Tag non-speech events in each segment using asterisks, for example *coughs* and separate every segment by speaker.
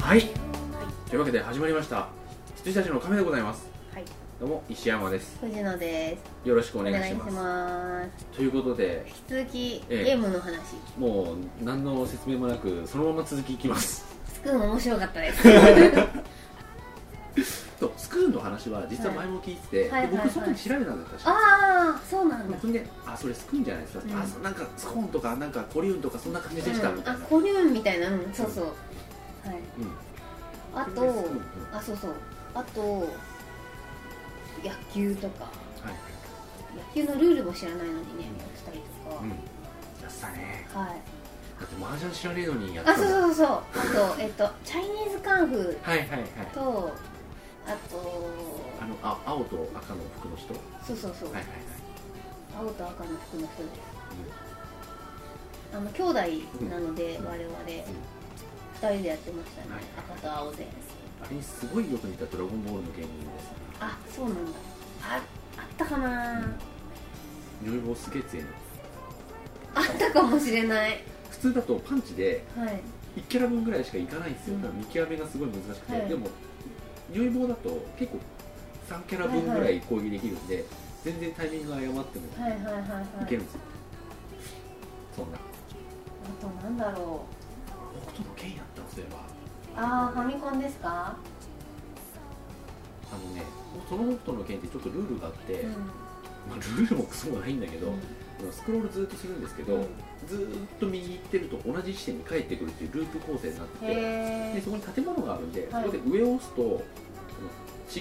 Speaker 1: はいというわけで始まりました羊たちのカフェでございます
Speaker 2: はい
Speaker 1: どうも石山です
Speaker 2: 藤野です。
Speaker 1: よろしくお
Speaker 2: お
Speaker 1: 願い
Speaker 2: 願
Speaker 1: し
Speaker 2: いし
Speaker 1: ます
Speaker 2: ます。
Speaker 1: ということで
Speaker 2: 引き続き、
Speaker 1: ええ
Speaker 2: ゲームの話。
Speaker 1: もう何の説明もなくそのまま続きいきます
Speaker 2: スクーン面白かったです。は
Speaker 1: とスクールの話は実は前も聞いてて、
Speaker 2: は
Speaker 1: で
Speaker 2: いはいはいは
Speaker 1: 僕
Speaker 2: い
Speaker 1: その時調べたんだったし
Speaker 2: *laughs* ああ、そうなんだ。
Speaker 1: それで「あそれスクーンじゃないですか」
Speaker 2: うん
Speaker 1: あそうなんかスコーンとかなんかコリウンとかそんな感じでした」み
Speaker 2: うん、
Speaker 1: た
Speaker 2: あ
Speaker 1: いな、、
Speaker 2: コリューンみたいな、うん、そうそう。は
Speaker 1: う
Speaker 2: い。
Speaker 1: ん
Speaker 2: あと、
Speaker 1: うんうん
Speaker 2: あ、そうそう。あと、野球とか、
Speaker 1: はい
Speaker 2: 野球のルールも知らないのにね、やったりと
Speaker 1: うんやってたね
Speaker 2: か。はい。
Speaker 1: だって麻雀知らねえのにやって
Speaker 2: あ、
Speaker 1: た
Speaker 2: そ
Speaker 1: も
Speaker 2: うんそうそうそう。あと、えっと、チャイニーズカンフ
Speaker 1: はいはいはい
Speaker 2: ーと、あ
Speaker 1: あ
Speaker 2: と、
Speaker 1: のあ青と赤の服の人は
Speaker 2: そうそうそう。
Speaker 1: いはいはい
Speaker 2: 青と赤の服の人ですあの兄弟なので、我々2人でやってましたね、
Speaker 1: はい
Speaker 2: 赤と青で
Speaker 1: あれにすごいよく似た「ドラゴンボール」の芸人です
Speaker 2: あそうなんだああったかな、
Speaker 1: 女房すげえ強いの
Speaker 2: あったかもしれない
Speaker 1: 普通だとパンチで
Speaker 2: はい
Speaker 1: 1キャラ分ぐらいしかいかないんですよ、
Speaker 2: うん
Speaker 1: ただ見極めがすごい難しくて、
Speaker 2: はい
Speaker 1: でも如意棒だと結構3キャラ分ぐらい攻撃できるんで、全然タイミングが誤っても
Speaker 2: はいはいはいはい
Speaker 1: いけるんですよ、そんな
Speaker 2: あとなんだろう
Speaker 1: 北斗の剣やったのそういえば
Speaker 2: あーファミコンですか
Speaker 1: あのねその北斗の剣ってちょっとルールがあって、
Speaker 2: うん
Speaker 1: まあ、ルールもクソもないんだけど、スクロールずっとするんですけど、
Speaker 2: うん
Speaker 1: ずーっと右行ってると同じ地点に帰ってくるっていうループ構成になってて
Speaker 2: へ
Speaker 1: で
Speaker 2: え
Speaker 1: そこに建物があるんで、
Speaker 2: はい
Speaker 1: そこで上を押すと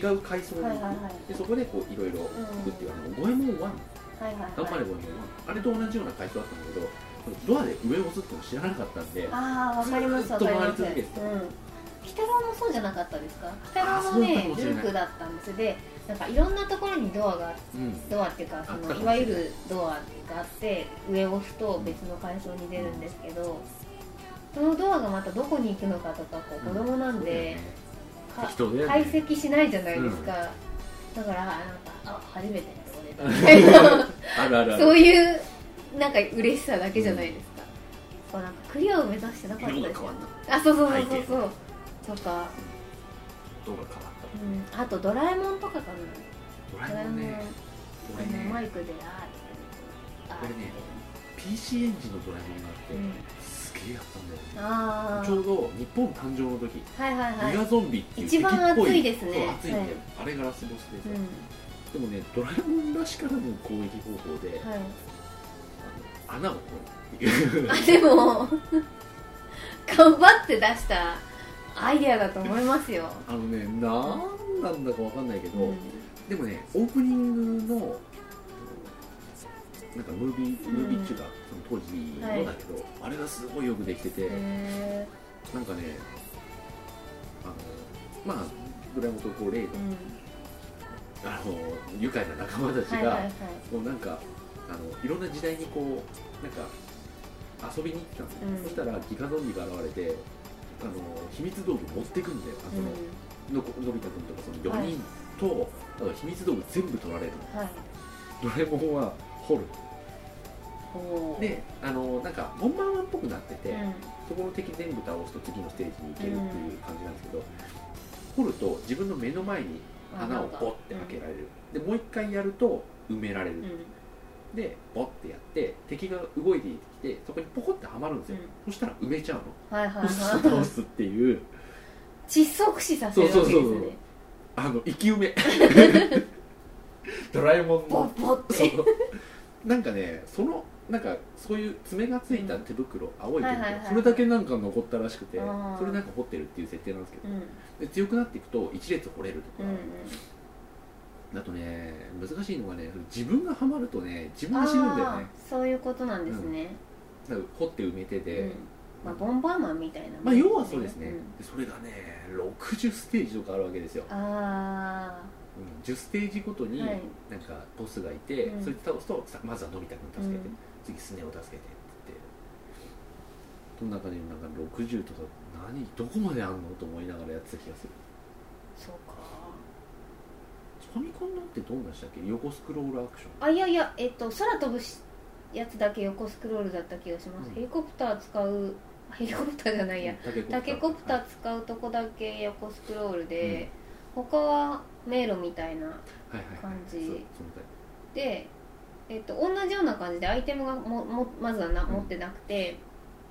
Speaker 1: あの違う階層に行く、
Speaker 2: はいはいはい
Speaker 1: でそこでこういろいろ行くっていう、あの五右衛門1
Speaker 2: はいはいはい
Speaker 1: 頑張れ五右衛門1あれと同じような階層だったんだけどドアで上を押すっていうの知らなかったんで
Speaker 2: ああわかります
Speaker 1: ずっ
Speaker 2: わ
Speaker 1: と
Speaker 2: かり
Speaker 1: 回り
Speaker 2: ます
Speaker 1: 続けてた
Speaker 2: うん鬼太郎もそうじゃなかったですか鬼太郎も
Speaker 1: あーそうか
Speaker 2: ね
Speaker 1: もしれ
Speaker 2: ル
Speaker 1: ない
Speaker 2: ープだったんですでなんかいろんなところにドアがあって
Speaker 1: うん
Speaker 2: ドアっていうかそ
Speaker 1: あったかも
Speaker 2: の
Speaker 1: しれない
Speaker 2: いわゆるドアがあって上を押すと別の階層に出るんですけどそのドアがまたどこに行くのかとかこう子供なんで、か
Speaker 1: 適当だよね
Speaker 2: 解析しないじゃないですか、だからなんかあ初めてだ
Speaker 1: そう
Speaker 2: 俺
Speaker 1: だよね
Speaker 2: だ
Speaker 1: *laughs* あるあるある
Speaker 2: そういうなんか嬉しさだけじゃないですか,、こうなんかクリアを目指してなかった
Speaker 1: 色
Speaker 2: で
Speaker 1: が
Speaker 2: す
Speaker 1: 変わ
Speaker 2: よ
Speaker 1: った
Speaker 2: あそうそうそうそう
Speaker 1: 背
Speaker 2: そうとか、
Speaker 1: 色が変わっ
Speaker 2: うん、あとドラえもんとかか
Speaker 1: たド
Speaker 2: なド
Speaker 1: ラ
Speaker 2: ラ
Speaker 1: え
Speaker 2: え
Speaker 1: もん
Speaker 2: もん、
Speaker 1: ね
Speaker 2: あ
Speaker 1: 俺
Speaker 2: のマ
Speaker 1: ね
Speaker 2: イクであーあー
Speaker 1: 俺ね PC エンジンのドラえもんがあって、
Speaker 2: うん
Speaker 1: すげえやったんだよね
Speaker 2: ああ
Speaker 1: ちょうど日本誕生の時、
Speaker 2: はいはいはい
Speaker 1: ギガゾンビっていう
Speaker 2: 一番
Speaker 1: 敵っぽ
Speaker 2: 熱いですね
Speaker 1: そう熱いんだよ
Speaker 2: はい
Speaker 1: あれがラスボスです
Speaker 2: う
Speaker 1: よ、
Speaker 2: ん
Speaker 1: でもねドラえもんらしからぬ攻撃方法で、
Speaker 2: はい、
Speaker 1: あの穴を掘るってい
Speaker 2: *laughs*
Speaker 1: う
Speaker 2: あでも頑張って出したアイデアだと思いますよ、
Speaker 1: あのねなんなんだかわかんないけど、
Speaker 2: うん
Speaker 1: でもねオープニングのなんかムービー
Speaker 2: うん
Speaker 1: ムービーっていうか、その当時
Speaker 2: は
Speaker 1: の
Speaker 2: い
Speaker 1: だけど、あれがすごいよくできてて、
Speaker 2: へ
Speaker 1: なんかねあのまあドラえもんとこうレイの
Speaker 2: ーうん
Speaker 1: あの愉快な仲間たちが、
Speaker 2: はいはいはい
Speaker 1: もうなんかあのいろんな時代にこうなんか遊びに行ってたんですよ、
Speaker 2: うん
Speaker 1: そしたらギガゾンビが現れてあの秘密道具持ってくんだよあ
Speaker 2: う
Speaker 1: の、の
Speaker 2: ん
Speaker 1: このび太くんとかその4人と、だから秘密道具全部取られる
Speaker 2: はい
Speaker 1: ドラえもんは掘る
Speaker 2: おー
Speaker 1: であのなんかボンバーマンっぽくなってて、
Speaker 2: うん
Speaker 1: そこの敵全部倒すと次のステージに行けるっていう感じなんですけど、掘ると自分の目の前に
Speaker 2: あ
Speaker 1: 穴を
Speaker 2: なんか
Speaker 1: ボッて開けられる、でもう一回やると埋められる、
Speaker 2: うんうん
Speaker 1: でボッてやって敵が動いてきてそこにポコってはまるんですよ、そしたら埋めちゃうの
Speaker 2: はいはい
Speaker 1: そして
Speaker 2: は
Speaker 1: 倒
Speaker 2: い
Speaker 1: すっていう
Speaker 2: 窒息死させるわけです
Speaker 1: そう
Speaker 2: ね
Speaker 1: そうそうそうあの生き埋め *laughs* ドラえもん
Speaker 2: ボ
Speaker 1: の
Speaker 2: ッボッ
Speaker 1: そ
Speaker 2: て
Speaker 1: うなんかねそのなんかそういう爪がついた手袋、青い手袋、
Speaker 2: はいはいはい
Speaker 1: それだけなんか残ったらしくて
Speaker 2: あー
Speaker 1: それなんか掘ってるっていう設定なんですけど
Speaker 2: うん
Speaker 1: で強くなっていくと一列掘れると
Speaker 2: う
Speaker 1: か、
Speaker 2: ん
Speaker 1: だとね難しいのがね自分がハマるとね自
Speaker 2: うん
Speaker 1: 分が死ぬんだよね
Speaker 2: あーそういうことなんですね、
Speaker 1: だから掘って埋めてで、
Speaker 2: うんまあ、ボンバーマンみたいなもん
Speaker 1: まあ要はそうですね、
Speaker 2: ん
Speaker 1: でそれがね60ステージとかあるわけですよ、
Speaker 2: あ
Speaker 1: うん、10ステージごとに
Speaker 2: はい
Speaker 1: なんかボスがいて、
Speaker 2: うん
Speaker 1: そいつ倒すとさまずはのび太くん
Speaker 2: あ、う
Speaker 1: 助け
Speaker 2: ん
Speaker 1: て、、次スネ夫助けてって言ってその中でなんか60とか何どこまであんのと思いながらやってた気がする
Speaker 2: そうか
Speaker 1: ファミコンなんてどんなでしたっけ横スクロールアクション
Speaker 2: あいやいやえっと空飛ぶしやつだけ横スクロールだった気がします、
Speaker 1: うん
Speaker 2: ヘリコプター使うヘリコプターじゃないや
Speaker 1: タケコプター
Speaker 2: タケコプター使うとこだけ横スクロールで、他は迷路みたいな
Speaker 1: はいはいはい
Speaker 2: 感じ
Speaker 1: そうそのタイ
Speaker 2: で、えっと同じような感じでアイテムがももまずはな
Speaker 1: うん
Speaker 2: 持ってなくて、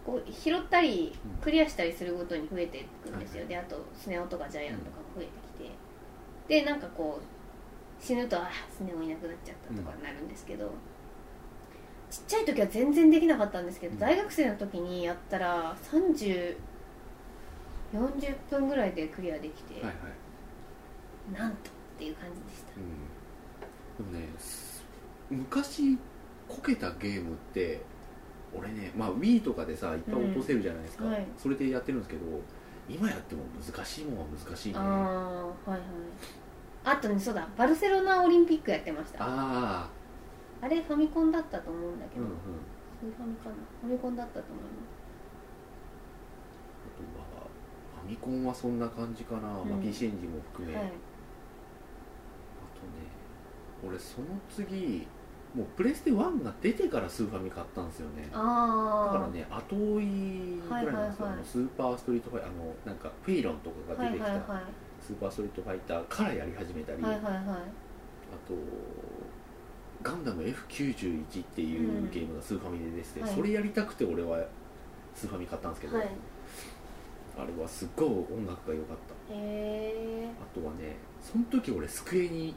Speaker 2: こう拾ったり
Speaker 1: うん
Speaker 2: クリアしたりするごとに増えていくんですよ、
Speaker 1: はい
Speaker 2: であとスネ夫とかジャイアンとかも増えてきてでなんかこう死ぬとあスネ夫いなくなっちゃったとかになるんですけど、ちっちゃい時は全然できなかったんですけど、
Speaker 1: うん
Speaker 2: 大学生の時にやったら3040分ぐらいでクリアできて、
Speaker 1: プはいはい
Speaker 2: なんとっていう感じでした
Speaker 1: うんでもねす昔こけたゲームって俺ね、まあ、Wii とかでさいっぱい落とせるじゃないですか、
Speaker 2: うんはい
Speaker 1: それでやってるんですけど今やっても難しいもんは難しいねあ
Speaker 2: ああはいはいあとねそうだバルセロナオリンピックやってましたあ
Speaker 1: あ
Speaker 2: れファミコンだったと思うんだ
Speaker 1: ー
Speaker 2: け
Speaker 1: うんう
Speaker 2: ど、
Speaker 1: んあ
Speaker 2: それファミコンファミコンだったと思い
Speaker 1: とはファミコンはそんな感じかな、
Speaker 2: ん
Speaker 1: マキシエンジンも含め、
Speaker 2: ます、
Speaker 1: あ
Speaker 2: はい
Speaker 1: とね、俺その次もうプレステ1が出てからスーファミ買ったんですよねだから
Speaker 2: あ
Speaker 1: ね後追いぐらいなんですよ、
Speaker 2: はいはいはい
Speaker 1: あのスーパーストリートファイあのなんかフェイロンと
Speaker 2: あ
Speaker 1: か
Speaker 2: は
Speaker 1: が
Speaker 2: い
Speaker 1: 出
Speaker 2: は
Speaker 1: てき
Speaker 2: いはい
Speaker 1: た、
Speaker 2: はい
Speaker 1: スーパーストリートファイターからやり始めたり、
Speaker 2: はい
Speaker 1: あ
Speaker 2: はいは
Speaker 1: とガンダム F91 っていううんゲームがスーファミで出てて、
Speaker 2: はい
Speaker 1: それやりたくて俺はスーファミ買ったんですけ
Speaker 2: い
Speaker 1: ど、
Speaker 2: はい
Speaker 1: あれはすっごい音楽が良かった
Speaker 2: へ
Speaker 1: あとはねその時俺スクエに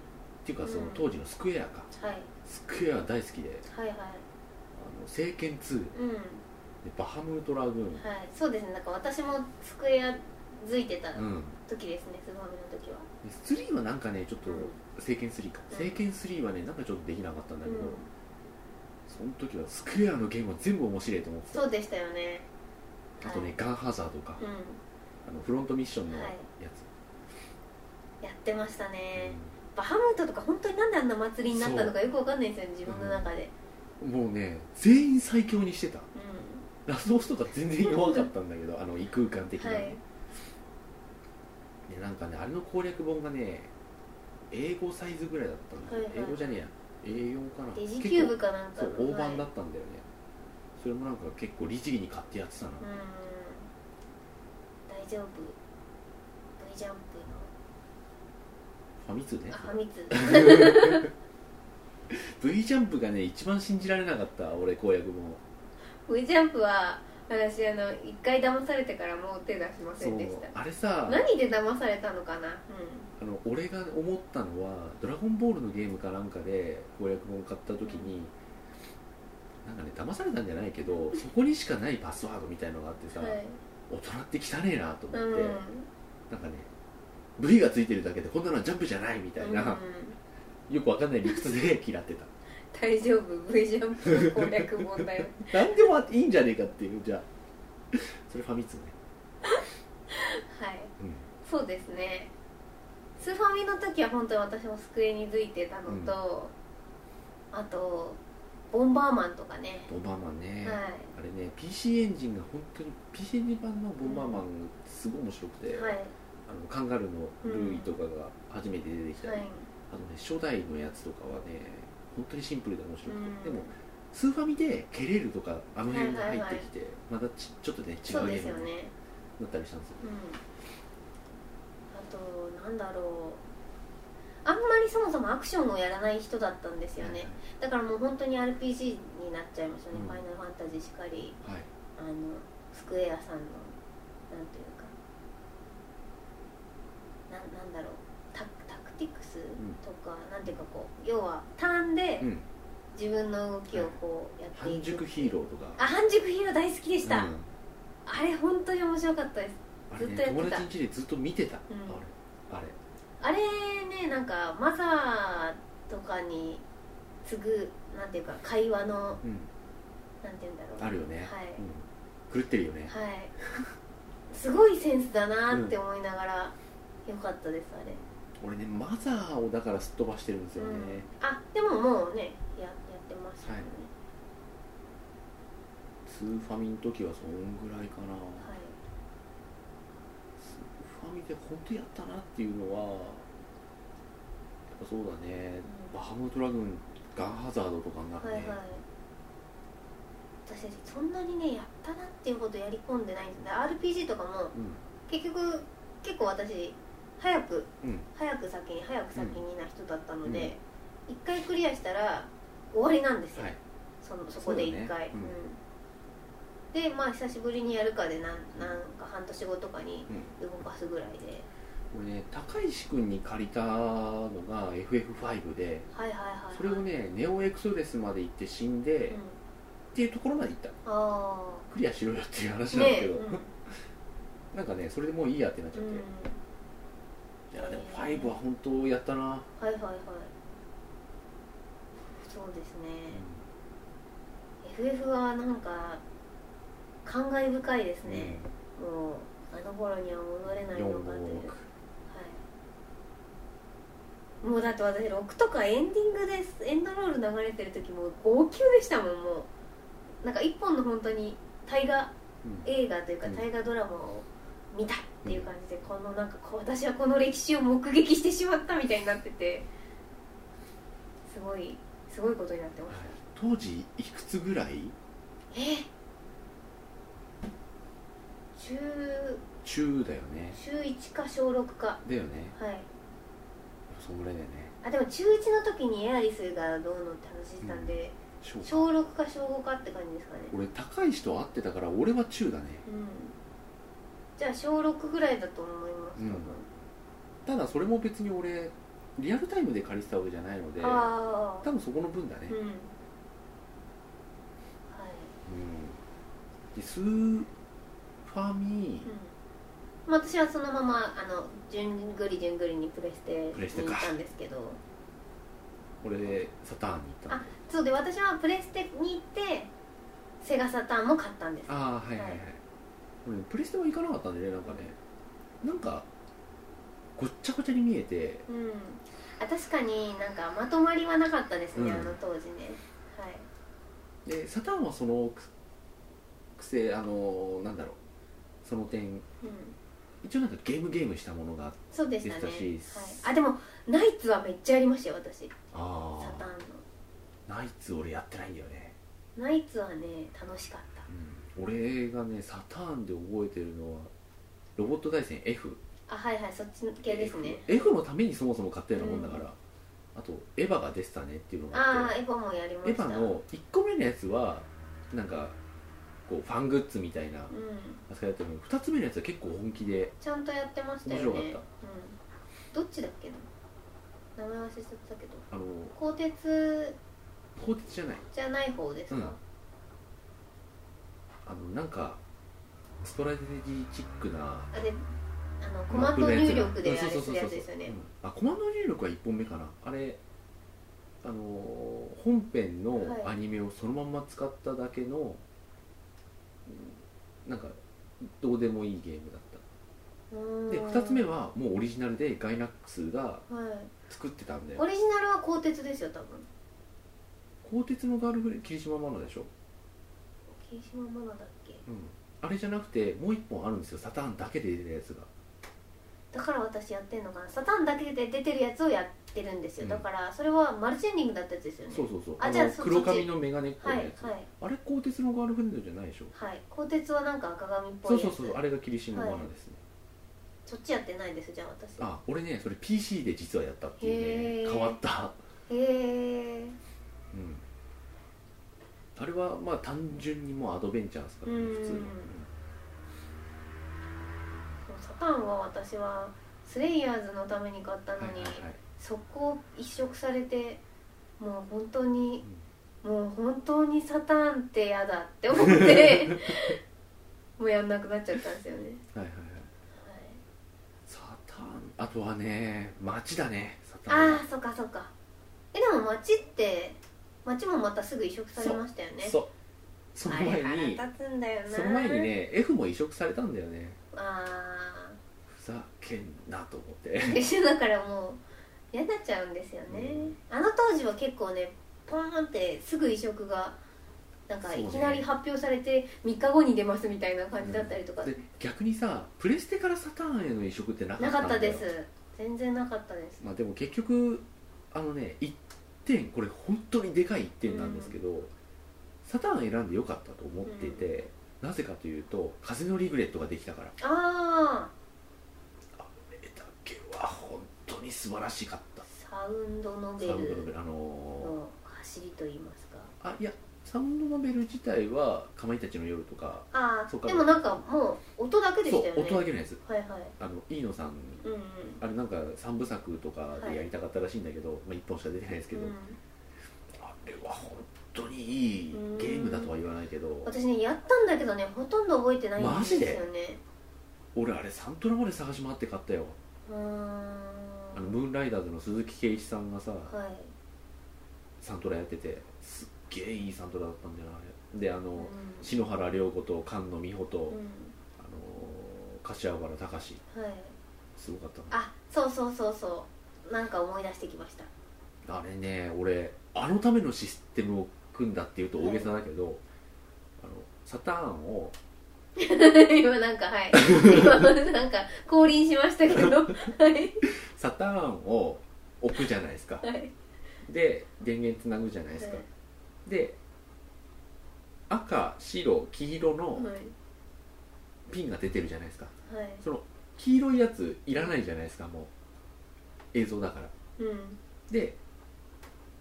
Speaker 1: っていうかその
Speaker 2: うん
Speaker 1: 当時のスクエアか
Speaker 2: ーはい
Speaker 1: スクエア大好きで
Speaker 2: はいはい
Speaker 1: 「あの聖剣2」
Speaker 2: うんは
Speaker 1: で「バハムートラグーン」
Speaker 2: いそうですねなんか私も机付いてた
Speaker 1: うん
Speaker 2: 時ですねスマホの時は
Speaker 1: で3はなんかねちょっと聖剣3か
Speaker 2: うん
Speaker 1: 聖剣3はねなんかちょっとできなかったんだ
Speaker 2: う
Speaker 1: けど、
Speaker 2: ん
Speaker 1: その時はスクエアのゲームは全部面白いと思ってた
Speaker 2: そうでしたよね
Speaker 1: あとね、
Speaker 2: はい
Speaker 1: ガンハザードか、
Speaker 2: うん
Speaker 1: あのフロントミッションのや
Speaker 2: はい
Speaker 1: つ、
Speaker 2: やってましたね、
Speaker 1: う
Speaker 2: バハムートとか本当になんであんな祭りになったのかよくわかんないんですよね自分の中で、
Speaker 1: んもうね全員最強にしてた
Speaker 2: う
Speaker 1: ラスボスとか全然弱かったんだけどあの異空間的
Speaker 2: ん、
Speaker 1: な、
Speaker 2: はい
Speaker 1: でなんかねあれの攻略本がね英語サイズぐらいだったんだ、
Speaker 2: はいはい
Speaker 1: 英語じゃねえや A4 かな
Speaker 2: デジキューブかなんか
Speaker 1: 結
Speaker 2: の
Speaker 1: 構そう大
Speaker 2: はい
Speaker 1: 判だったんだよね、それもなんか結構律儀に買ってやってたな、
Speaker 2: うん大丈夫 V ジャンプの
Speaker 1: ファミ通ね
Speaker 2: あファミツ *laughs*
Speaker 1: V ジャンプがね一番信じられなかった俺攻略本
Speaker 2: V ジャンプは私あの一回騙されてからもう手出しませ
Speaker 1: そうん
Speaker 2: でした
Speaker 1: あれさ
Speaker 2: 何で騙されたのかな、
Speaker 1: あの俺が思ったのは「ドラゴンボール」のゲームかなんかで攻略本を買った時になんかね騙されたんじゃないけ
Speaker 2: *laughs*
Speaker 1: どそこにしかないパスワードみたいのがあって
Speaker 2: う
Speaker 1: さ、
Speaker 2: んはい
Speaker 1: 大人って汚ねえなと思
Speaker 2: う
Speaker 1: って、
Speaker 2: ん
Speaker 1: なんかね V がついてるだけでこんなのはジャンプじゃないみたい
Speaker 2: うん
Speaker 1: な、よくわかんない理屈で嫌
Speaker 2: *laughs*
Speaker 1: ってた
Speaker 2: 大丈夫 V ジャンプの攻略本
Speaker 1: *laughs*
Speaker 2: だよ
Speaker 1: なんでもあっていいんじゃねえかっていうじゃあそれファミ通ね、
Speaker 2: はい
Speaker 1: うん
Speaker 2: そうですねスーファミの時は本当に私も机に付いてたのと、あとボンバーマンとかね、
Speaker 1: ボンバーマンね、
Speaker 2: は
Speaker 1: あれね PC エンジンが本当に PC エンジン版のボンバーマンすごい面白くて、
Speaker 2: いはい
Speaker 1: あのカンガルーのルーイとかが初めて出てきた
Speaker 2: は
Speaker 1: り、
Speaker 2: い
Speaker 1: あのね初代のやつとかはね本当にシンプルで面白くて、
Speaker 2: うん
Speaker 1: でもスーファミで蹴れるとかあの辺が入ってきて、またちちょっとね違う
Speaker 2: そう
Speaker 1: ゲ
Speaker 2: です
Speaker 1: ー
Speaker 2: よ
Speaker 1: ムに
Speaker 2: ね
Speaker 1: なったりしたんですよ
Speaker 2: うんあとなんだろうあんまりそもそもアクションをやらない人だったんですよねだからもう本当に RPG になっちゃいましたね、
Speaker 1: うん
Speaker 2: ファイナルファンタジーしかり
Speaker 1: はい、はい
Speaker 2: あのスクエアさんのなんというかなんなんだろうタタクティクス
Speaker 1: ん
Speaker 2: とか、なんていうかこう要はターンで
Speaker 1: うん、
Speaker 2: 自分の動きをこうやってい
Speaker 1: 半
Speaker 2: く、
Speaker 1: 熟ヒーローとか
Speaker 2: あ半熟ヒーロー大好きでした、
Speaker 1: うん
Speaker 2: あれ本当に面白かったです
Speaker 1: あれね
Speaker 2: ずっとやってた
Speaker 1: 友達ん家でずっと見てた、
Speaker 2: うん
Speaker 1: あれあれ
Speaker 2: あれねなんかマザーとかに次ぐなんていうか会
Speaker 1: う
Speaker 2: 話の
Speaker 1: ん
Speaker 2: なんていうんだろう
Speaker 1: あるよね、
Speaker 2: はい
Speaker 1: うん、狂ってるよね、
Speaker 2: はいすごいセンスだなって思いながら、良よかったですあれ
Speaker 1: 俺ねマザーをだからすっ飛ばしてるんですよね、
Speaker 2: うん、あでももうねややってましたね、
Speaker 1: スーファミの時はそんぐらいかな、
Speaker 2: はい
Speaker 1: スーファミで本当やったなっていうのはやっぱそうだね
Speaker 2: うん
Speaker 1: バハムートラグーンガンハザードとかになる
Speaker 2: はい
Speaker 1: ね、
Speaker 2: はい私たちそんなにねやったなっていうことやり込んでないんですね RPG とかも
Speaker 1: うん
Speaker 2: 結局結構私早く
Speaker 1: うん
Speaker 2: 早く先に早く先にな人だったので、一回クリアしたら終わりなんですよ、
Speaker 1: はい
Speaker 2: そのそこで一
Speaker 1: そうだ
Speaker 2: 回
Speaker 1: ねうん
Speaker 2: うんでまあ久しぶりにやるかでなんなんか半年後とかに
Speaker 1: うん
Speaker 2: 動かすぐらいで、
Speaker 1: これね高石君に借りたのが FF5 で
Speaker 2: はいはいはいはい
Speaker 1: それを
Speaker 2: うん、
Speaker 1: ねネオエクソデスまで行って死んで、っていうところまで行った
Speaker 2: あ
Speaker 1: クリアしろよっていう話
Speaker 2: あ
Speaker 1: なん
Speaker 2: ね
Speaker 1: ですけど、
Speaker 2: うん
Speaker 1: なんかねそれでもういいやってなっちゃって、
Speaker 2: うん
Speaker 1: いやでも5は本当やったな、
Speaker 2: はいはいはいそうですね、FF はなんか感慨深いです
Speaker 1: うん
Speaker 2: ね、もうあの頃には戻れない
Speaker 1: 4
Speaker 2: の
Speaker 1: 号
Speaker 2: かとい
Speaker 1: 6
Speaker 2: うはい、もうだって私6とかエンディングですエンドロール流れてる時もう号泣でしたもんもうなんか一本の本当に大河
Speaker 1: うん
Speaker 2: 映画というか
Speaker 1: うん
Speaker 2: 大河ドラマを見たっていう感じで、このなんかこう私はこの歴史を目撃してしまったみたいになっててすごいすごいことになってま
Speaker 1: は
Speaker 2: し
Speaker 1: い
Speaker 2: た、
Speaker 1: 当時いくつぐらい
Speaker 2: え中
Speaker 1: 中だよね
Speaker 2: 中1か小6か
Speaker 1: だよね
Speaker 2: はい
Speaker 1: そんぐらいだよね
Speaker 2: あでも中1の時にエアリスがどうのって話してたんで、
Speaker 1: 小
Speaker 2: 小6か小5かって感じですかね
Speaker 1: 俺高石と会ってたから俺は中だね
Speaker 2: うんじゃあ小6ぐらいだと思います、
Speaker 1: うん
Speaker 2: 多分
Speaker 1: ただそれも別に俺リアルタイムで借りてたわけじゃないので多
Speaker 2: ああ
Speaker 1: 分そこの分だね
Speaker 2: うんはい
Speaker 1: でスーファミ
Speaker 2: うんまあ私はそのままあのじゅんぐりじゅんぐりにプレステ
Speaker 1: プレステ
Speaker 2: に
Speaker 1: か
Speaker 2: 行ったんですけど
Speaker 1: 俺サターンに行ったの
Speaker 2: あそうで私はプレステに行ってセガサターンも買ったんです
Speaker 1: ああはいはいはい、
Speaker 2: は
Speaker 1: 俺ねプレステは行かなかったんでねなんかねなんかごっちゃごちゃに見えて
Speaker 2: うんあ確かになんかまとまりはなかったですね、
Speaker 1: うん
Speaker 2: あの当時ねはい
Speaker 1: でサターンはそのくくせあのなんだろうその点
Speaker 2: うん
Speaker 1: 一応なんかゲームゲームしたものがあって
Speaker 2: そうでした
Speaker 1: で
Speaker 2: ね
Speaker 1: し
Speaker 2: はい、あでもナイツはめっちゃやりましたよ私
Speaker 1: あ
Speaker 2: サターンの
Speaker 1: あナイツ俺やってないんだよね、
Speaker 2: ナイツはね楽しかった
Speaker 1: うん、俺がねサターンで覚えてるのはロボット対戦 F
Speaker 2: あはいはいそっち系ですね
Speaker 1: F のためにそもそも買ったようなもんだから、あとエヴァが出てたねっていうのがあっ
Speaker 2: ああ
Speaker 1: て
Speaker 2: エヴァもやりま
Speaker 1: エ
Speaker 2: し
Speaker 1: ヴ
Speaker 2: た
Speaker 1: ァの1個目のやつはなんかこうファングッズみたいな
Speaker 2: うん
Speaker 1: 扱いだったのに2つ目のやつは結構本気で
Speaker 2: ちゃんとやってましたよね
Speaker 1: 面白かっ
Speaker 2: うん、どっちだっけな名前忘れちゃったけど
Speaker 1: あの
Speaker 2: 鋼鉄
Speaker 1: 鋼鉄じゃない
Speaker 2: じゃない方ですか、
Speaker 1: うんあのなんかストラテジーチックな
Speaker 2: あであのコマンド入力で
Speaker 1: うん
Speaker 2: や
Speaker 1: そう
Speaker 2: る
Speaker 1: そうそうそう
Speaker 2: やつですよね
Speaker 1: うんあコマンド入力は1本目かなあれあのー本編の
Speaker 2: はい
Speaker 1: アニメをそのまんま使っただけの、うんなんかどうでもいいゲームだった
Speaker 2: うーん
Speaker 1: で2つ目はもうオリジナルでガイナックスが
Speaker 2: はい
Speaker 1: 作ってたんで
Speaker 2: オリジナルは鋼鉄ですよ多分
Speaker 1: 鋼鉄のガールフレン霧島マナでしょ、
Speaker 2: 霧島マナだっけ
Speaker 1: あれじゃなくてもう1本あるんですよサターンだけで出たやつが
Speaker 2: だから私やってんのかなサタンだけで出てるやつをやってるんですよ、
Speaker 1: うん
Speaker 2: だからそれはマルチエンディングだったやつですよね
Speaker 1: そうそうそう
Speaker 2: あ
Speaker 1: の
Speaker 2: じゃあそ
Speaker 1: 黒
Speaker 2: そっち
Speaker 1: 髪のメガネっぽい
Speaker 2: はい
Speaker 1: や
Speaker 2: はい
Speaker 1: つ、あれ鋼鉄のガールフレンドじゃないでしょ
Speaker 2: はい鋼鉄はなんか赤髪っぽい
Speaker 1: そ
Speaker 2: や
Speaker 1: う
Speaker 2: つ
Speaker 1: そうそうあれが霧島マナですね、
Speaker 2: そっちやってないですじゃあ私
Speaker 1: あ俺ねそれ PC で実はやったっていう
Speaker 2: へ
Speaker 1: ね
Speaker 2: ー
Speaker 1: 変わった、
Speaker 2: へえ
Speaker 1: うん、あれはまあ単純にもうアドベンチャーですからね
Speaker 2: うん
Speaker 1: 普通に、
Speaker 2: サタンは私はスレイヤーズのために買ったの
Speaker 1: はい
Speaker 2: に、
Speaker 1: はいはい
Speaker 2: 速攻一色されてもう本当に、もう本当にサタンってやだって思って
Speaker 1: *laughs*
Speaker 2: もうやんなくなっちゃったんですよね、
Speaker 1: はいはいはい
Speaker 2: はい
Speaker 1: サターンあとはね街だねサターン
Speaker 2: ああそっかそっかえでも町って町もまたすぐ移植されましたよね
Speaker 1: そうその
Speaker 2: あれ
Speaker 1: 前
Speaker 2: 腹
Speaker 1: に
Speaker 2: 立つんだよな
Speaker 1: その前にね F も移植されたんだよね
Speaker 2: あ
Speaker 1: ふざけんなと思って
Speaker 2: *laughs* あ一緒だからもう嫌になっちゃうんですよね、あの当時は結構ねポーンってすぐ移植がなんか
Speaker 1: そう
Speaker 2: い
Speaker 1: ね
Speaker 2: きなり発表されて3日後に出ますみたいな感じだったりとか、
Speaker 1: で逆にさプレステからサターンへの移植ってなか
Speaker 2: な
Speaker 1: った
Speaker 2: か
Speaker 1: ん
Speaker 2: っ
Speaker 1: だ
Speaker 2: た
Speaker 1: よ
Speaker 2: です全然なかったです
Speaker 1: まあ、でも結局あのね1点これ本当にでかい1点なんですけど、サターン選んでよかったと思っていて、なぜかというと風のリグレットができたから
Speaker 2: ああ
Speaker 1: あれだけは本当に素晴らしかった
Speaker 2: サウンドノベ
Speaker 1: サウンドノベ
Speaker 2: ル
Speaker 1: ルあの
Speaker 2: の走りといいますか
Speaker 1: ーあいやサウンドノベル自体は「かまいたちの夜」とか
Speaker 2: あ
Speaker 1: そう
Speaker 2: あ
Speaker 1: か
Speaker 2: でもなんかもう音だけで
Speaker 1: そ
Speaker 2: したよ
Speaker 1: う
Speaker 2: ね
Speaker 1: 音だけのやつ
Speaker 2: はいはい
Speaker 1: あの飯野さん
Speaker 2: うんうん
Speaker 1: あれなんか3部作とかでやりたかったらしいんだけど、まあ、1本しか出てないですけど、
Speaker 2: うん
Speaker 1: あれは本当にいいゲームだとは言わないけど
Speaker 2: 私ねやったんだけどねほとんど覚えてないん
Speaker 1: マ
Speaker 2: です
Speaker 1: ジ
Speaker 2: よ
Speaker 1: で
Speaker 2: ね
Speaker 1: 俺あれサントラまで探し回って買ったよ
Speaker 2: うーん
Speaker 1: あのムーンライダーズの鈴木圭一さんがさ
Speaker 2: はい
Speaker 1: サントラやっててすっげえいいサントラだったんだよなあれであ
Speaker 2: うん
Speaker 1: の篠原涼子と菅野美穂と、
Speaker 2: う
Speaker 1: あのー柏原隆
Speaker 2: んはい
Speaker 1: すごかった
Speaker 2: あそうそうそうそうなんか思い出してきました
Speaker 1: なあれね俺あのためのシステムを組んだっていうと大げさだけど、あのサターンを
Speaker 2: 今なんかはい今なんか降臨しましたけどはい
Speaker 1: サターンを置くじゃないですか
Speaker 2: はい
Speaker 1: で電源つなぐじゃないですか、で赤白黄色の
Speaker 2: はい
Speaker 1: ピンが出てるじゃないですか
Speaker 2: はい
Speaker 1: その黄色いやついらないじゃないですかもう映像だから
Speaker 2: うん
Speaker 1: で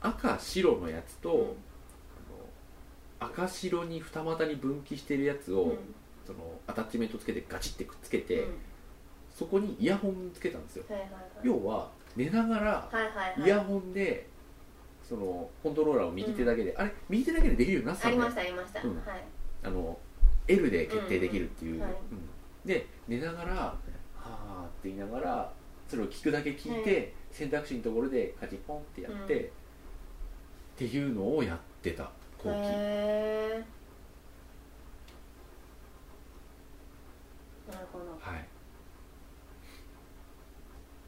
Speaker 1: 赤白のやつと、
Speaker 2: う
Speaker 1: あ
Speaker 2: ん
Speaker 1: の赤白に二股に分岐してるやつを、
Speaker 2: うん
Speaker 1: そのアタッチメントつけてガチってくっつけて、
Speaker 2: うん
Speaker 1: そこにイヤホンつけたんですよ
Speaker 2: はいはいはい
Speaker 1: 要は寝ながら
Speaker 2: はいはいはい
Speaker 1: イヤホンでそのコントローラーを右手だけで、あれ右手だけでできるようになってた
Speaker 2: あり
Speaker 1: んだ
Speaker 2: ま
Speaker 1: よ
Speaker 2: したありました、
Speaker 1: うん
Speaker 2: はい
Speaker 1: あの L で決定できるっていう、
Speaker 2: うんうんはい
Speaker 1: うんで寝ながら「はあ」って言いながらそれを聞くだけ聞いて、選択肢のところでカチポンってやって、
Speaker 2: う
Speaker 1: っ
Speaker 2: ん
Speaker 1: ていうのをやってた後期
Speaker 2: へえなるほど
Speaker 1: はい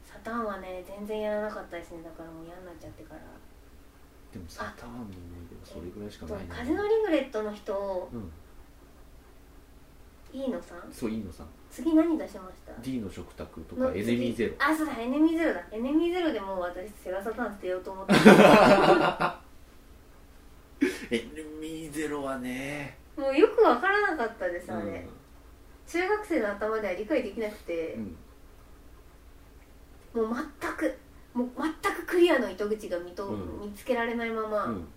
Speaker 2: サタンはね全然やらなかったですねだからもう嫌になっちゃってから
Speaker 1: でもサターンの思い出はそれぐらいしか
Speaker 2: と
Speaker 1: ない
Speaker 2: 風のリグレットの人を
Speaker 1: うん、
Speaker 2: いいのさん
Speaker 1: そういいのさん
Speaker 2: 次何出しました
Speaker 1: D の食卓と
Speaker 2: の
Speaker 1: かエネミーゼロ
Speaker 2: あそうだエネミーゼロだエネミーゼロでもう私セガサタン捨てようと
Speaker 1: *laughs*
Speaker 2: 思って
Speaker 1: エネミーゼロはね、
Speaker 2: もうよくわからなかったです
Speaker 1: う
Speaker 2: あれ、
Speaker 1: ん
Speaker 2: 中学生の頭では理解できなくて
Speaker 1: う、ん、
Speaker 2: もう全くもう全くクリアの糸口が見と、
Speaker 1: うん
Speaker 2: 見つけられないまま、
Speaker 1: うん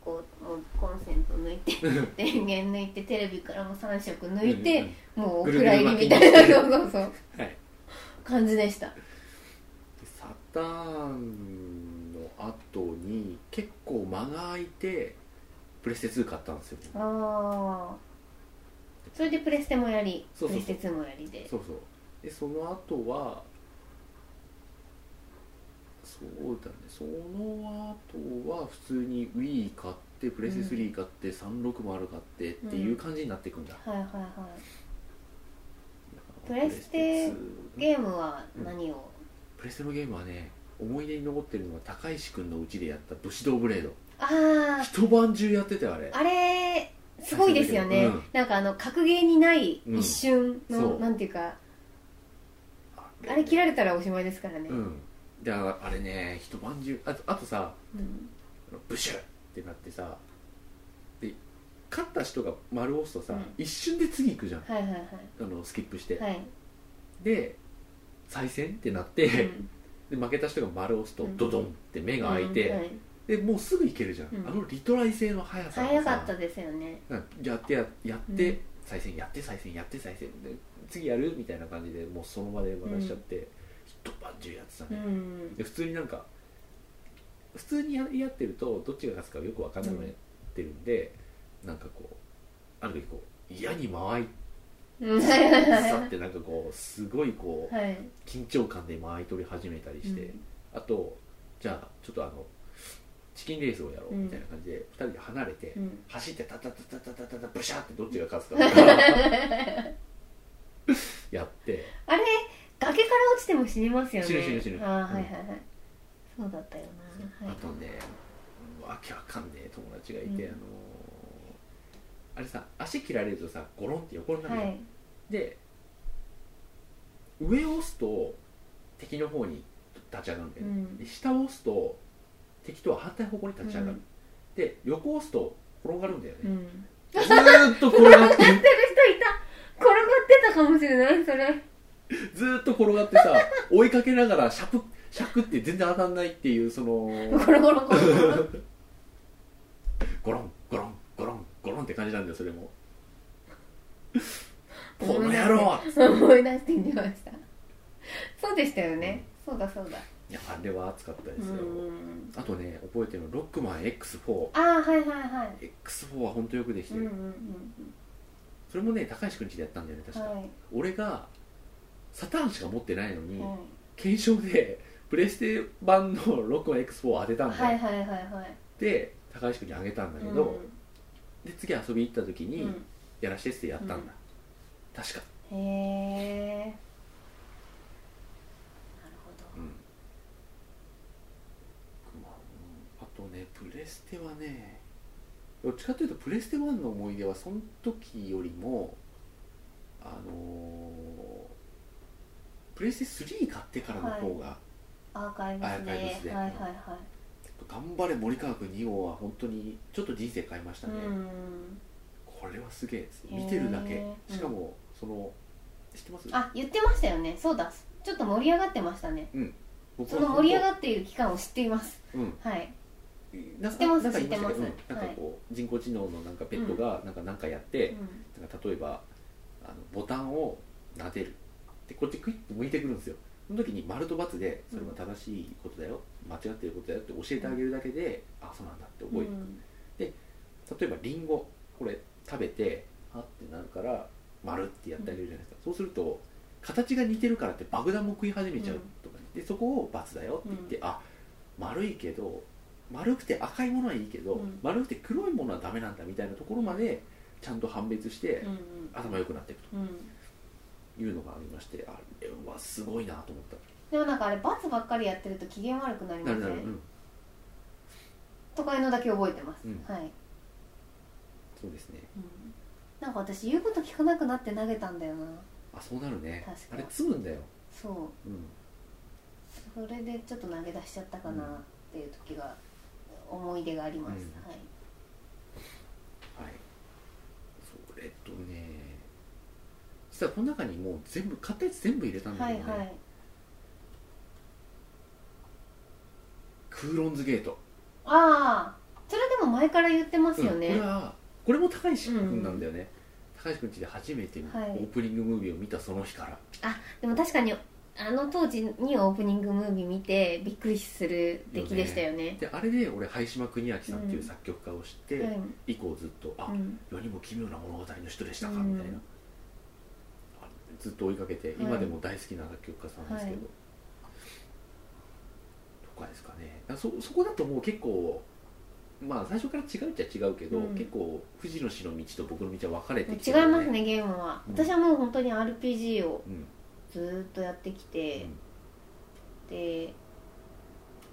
Speaker 2: こうもうコンセント抜い
Speaker 1: *laughs*
Speaker 2: て電源抜いてテレビからも3色抜いて、
Speaker 1: うん
Speaker 2: もうお
Speaker 1: ぐるぐ
Speaker 2: 蔵
Speaker 1: る
Speaker 2: 入りみた
Speaker 1: 巻きにし
Speaker 2: い
Speaker 1: て
Speaker 2: なそうそうそう
Speaker 1: はい
Speaker 2: 感じでした
Speaker 1: でサターンの後に結構間が空いてプレステ2買ったんですよ
Speaker 2: ああそれでプレステもやり
Speaker 1: そうそうそう
Speaker 2: プレステ2もやりで
Speaker 1: そうそうでその後はそうだねその後は普通に Wii 買ってプレステ3買って、360買ってっていう感じになっていくんだ、
Speaker 2: はいはいはいプ
Speaker 1: だから
Speaker 2: レステ
Speaker 1: プレステ2
Speaker 2: ゲームは何を、
Speaker 1: プレステのゲームはね思い出に残ってるのは高石君のうちでやった武士道ブレード
Speaker 2: あ
Speaker 1: 一晩中やってたよあれ
Speaker 2: ああれすごいですよね、
Speaker 1: うん
Speaker 2: なんかあの格ゲーにない
Speaker 1: うん
Speaker 2: 一瞬の、
Speaker 1: そう
Speaker 2: なんていうかあ
Speaker 1: あ
Speaker 2: れ切られたらおしまいですからね、
Speaker 1: うんでああれね一晩中あとあとさ
Speaker 2: うん
Speaker 1: あのブシュッってなってさで勝った人が丸押すとさ、
Speaker 2: うん
Speaker 1: 一瞬で次行くじゃん
Speaker 2: はいはいは
Speaker 1: あのスキップして、
Speaker 2: いはい、
Speaker 1: で再戦ってなって、
Speaker 2: うん
Speaker 1: で負けた人が丸押すと
Speaker 2: うん
Speaker 1: ドドンって目が開いて、
Speaker 2: うんはい
Speaker 1: でもうすぐ行けるじゃん、
Speaker 2: うん
Speaker 1: あのリトライ性の速さがさ
Speaker 2: 早かったですよね
Speaker 1: なんかやってややって、
Speaker 2: うん
Speaker 1: 再戦やって再戦やって再戦で次やるみたいな感じでもうその場で渡しちゃって、一晩中やってたね、
Speaker 2: うん
Speaker 1: で普通になんか普通にやり合ってるとどっちが勝つかよく分かんなくなってるんで、なんかこうある時こう嫌に間合い
Speaker 2: うんはいはいはい
Speaker 1: さってなんかこうすごいこう
Speaker 2: はい
Speaker 1: 緊張感で間合い取り始めたりして、
Speaker 2: うん
Speaker 1: あとじゃあちょっとあのチキンレースをやろうみたいな感じで、2人で離れて、
Speaker 2: うん
Speaker 1: 走ってタタタタタタタタブシャーってどっちが勝つかとか
Speaker 2: *laughs*
Speaker 1: やって
Speaker 2: あれ崖から落ちても死にますよね
Speaker 1: 死ぬ死ぬ死ぬ
Speaker 2: あ
Speaker 1: う
Speaker 2: あ
Speaker 1: ん
Speaker 2: はいはいはい、そうだったよな、
Speaker 1: あ
Speaker 2: はい、
Speaker 1: とね、わけわかんねえ友達がいて、
Speaker 2: う
Speaker 1: あ
Speaker 2: ん
Speaker 1: のーあれさ、足切られるとさ、ゴロンって横になるじゃ
Speaker 2: は
Speaker 1: ん
Speaker 2: い
Speaker 1: で、上を押すと敵の方に立ち上がるんだよね、
Speaker 2: うん
Speaker 1: で下を押すと敵とは反対方向に立ち上がる、
Speaker 2: うん
Speaker 1: で、横を押すと転がるんだよ
Speaker 2: う
Speaker 1: ね、
Speaker 2: ん
Speaker 1: ずーっと転がって *laughs*
Speaker 2: やってる人いた転がってたかもしれないそれ
Speaker 1: ずーっと転がってさ追いかけながらシャプシャクって全然当たんないっていうその
Speaker 2: *laughs* ゴロゴロゴロゴロ
Speaker 1: *laughs* ゴロンゴロンゴロンゴロンって感じなんだよそれ
Speaker 2: *laughs*
Speaker 1: もこ
Speaker 2: 思
Speaker 1: の
Speaker 2: い出
Speaker 1: 野郎
Speaker 2: して思い出してみましたそうでしたよねそうだそうだ
Speaker 1: いやあれは熱かったで
Speaker 2: う
Speaker 1: すよ、
Speaker 2: ん
Speaker 1: あとね覚えてるのロックマン X4
Speaker 2: ああはいはいはい
Speaker 1: X4 は本当よくできて
Speaker 2: うん
Speaker 1: る、
Speaker 2: うんうん
Speaker 1: それもね高橋君ちでやったんだよね確か、
Speaker 2: は
Speaker 1: 俺がサターンしか持ってないの
Speaker 2: い
Speaker 1: に、
Speaker 2: はい
Speaker 1: 検証でプレステ版のロックマン X4 を当てたんだよ、
Speaker 2: はいはいはいはい
Speaker 1: で高橋君にあげたんだけど、で次遊び行った時
Speaker 2: うん
Speaker 1: に、やらしてってやったんだ、確か、
Speaker 2: うんへえなる
Speaker 1: う
Speaker 2: ほど
Speaker 1: んまあうんあとねプレステはねどっちかというとプレステ1の思い出はその時よりもあのープレステ3買ってからの方が、
Speaker 2: アーカイブ
Speaker 1: アーカイブ
Speaker 2: ス
Speaker 1: ス
Speaker 2: で
Speaker 1: で
Speaker 2: はいはいはい
Speaker 1: 頑張れ森川君2号は本当にちょっと人生変えました
Speaker 2: う
Speaker 1: ね、
Speaker 2: ん
Speaker 1: これはすげえです
Speaker 2: へー
Speaker 1: 見てるだけ
Speaker 2: うん
Speaker 1: しかもその知ってます
Speaker 2: あ言ってましたよねそうだちょっと盛り上がってましたね
Speaker 1: 僕
Speaker 2: そ
Speaker 1: は
Speaker 2: の
Speaker 1: 本当
Speaker 2: 盛り上がっている期間を知っています
Speaker 1: うん
Speaker 2: はい
Speaker 1: なん
Speaker 2: 知
Speaker 1: か
Speaker 2: ってます
Speaker 1: なんか言いましたけど
Speaker 2: 知ってます
Speaker 1: うんなんかこう人工知能のなんかペットがなんかなんかやって、
Speaker 2: うん
Speaker 1: なんか例えばあのボタンを撫でるでこっちクイッと向いてくるんですよその時に丸と×でそれは正しいことだよ、間違ってることだよって教えてあげるだけで、あそうなんだって覚え
Speaker 2: う
Speaker 1: る、
Speaker 2: ん
Speaker 1: 例えばリンゴこれ食べてあってなるから丸ってやってあげるじゃないですか、そうすると形が似てるからって爆弾も食い始めちゃうとかね、でそこを×だよって言って、あ丸いけど丸くて赤いものはいいけど、
Speaker 2: うん
Speaker 1: 丸くて黒いものはダメなんだみたいなところまでちゃんと判別して、
Speaker 2: うん
Speaker 1: 頭良くなっていく
Speaker 2: うんうん
Speaker 1: というのがありましてあれはすごいなと思っ
Speaker 2: でもなんかあれ罰ばっかりやってると機嫌悪くなり
Speaker 1: た
Speaker 2: ま
Speaker 1: な
Speaker 2: せ
Speaker 1: るなる、うんん、
Speaker 2: とかいうのだけ覚えてます、
Speaker 1: うん
Speaker 2: はい、
Speaker 1: そうですね
Speaker 2: うん、なんか私言うこと聞かなくなって投げたんだよな
Speaker 1: あそうなるね
Speaker 2: 確か
Speaker 1: あれ積むんだよ、
Speaker 2: そう
Speaker 1: うん、
Speaker 2: それでちょっと投げ出しちゃったかなっていう時が思い出があります、
Speaker 1: うん
Speaker 2: はい
Speaker 1: はいそれとね実はこの中にもう全部買ったやつ全部入れたんだ
Speaker 2: は
Speaker 1: け
Speaker 2: い
Speaker 1: どね、
Speaker 2: はい
Speaker 1: クーロンズゲート、
Speaker 2: ああそれでも前から言ってます
Speaker 1: うん
Speaker 2: よね、
Speaker 1: これはこれも高橋
Speaker 2: うんう
Speaker 1: 君
Speaker 2: ん
Speaker 1: なんだよね、高橋君家で初めてオ
Speaker 2: はい
Speaker 1: ープニングムービーを見たその日から、
Speaker 2: でも確かにあの当時にオープニングムービー見てびっくりする出来でしたよね
Speaker 1: であれで俺灰島邦明さんっていう作曲家を知って、以降ずっとあ、
Speaker 2: うん
Speaker 1: 世にも奇妙な物語の人でしたか、
Speaker 2: うん
Speaker 1: みたいなあずっと追いかけて
Speaker 2: い
Speaker 1: 今でも大好きな作曲家さんですけど、とかですかねだからそそこだともう結構まあ最初から違うっちゃ違うけど、
Speaker 2: うん
Speaker 1: 結構藤野氏の道と僕の道は分かれて
Speaker 2: 違い
Speaker 1: きてるよ
Speaker 2: ますねゲームは、
Speaker 1: うん
Speaker 2: 私はもう本当に RPG を
Speaker 1: うん
Speaker 2: ずーっとやってきて、で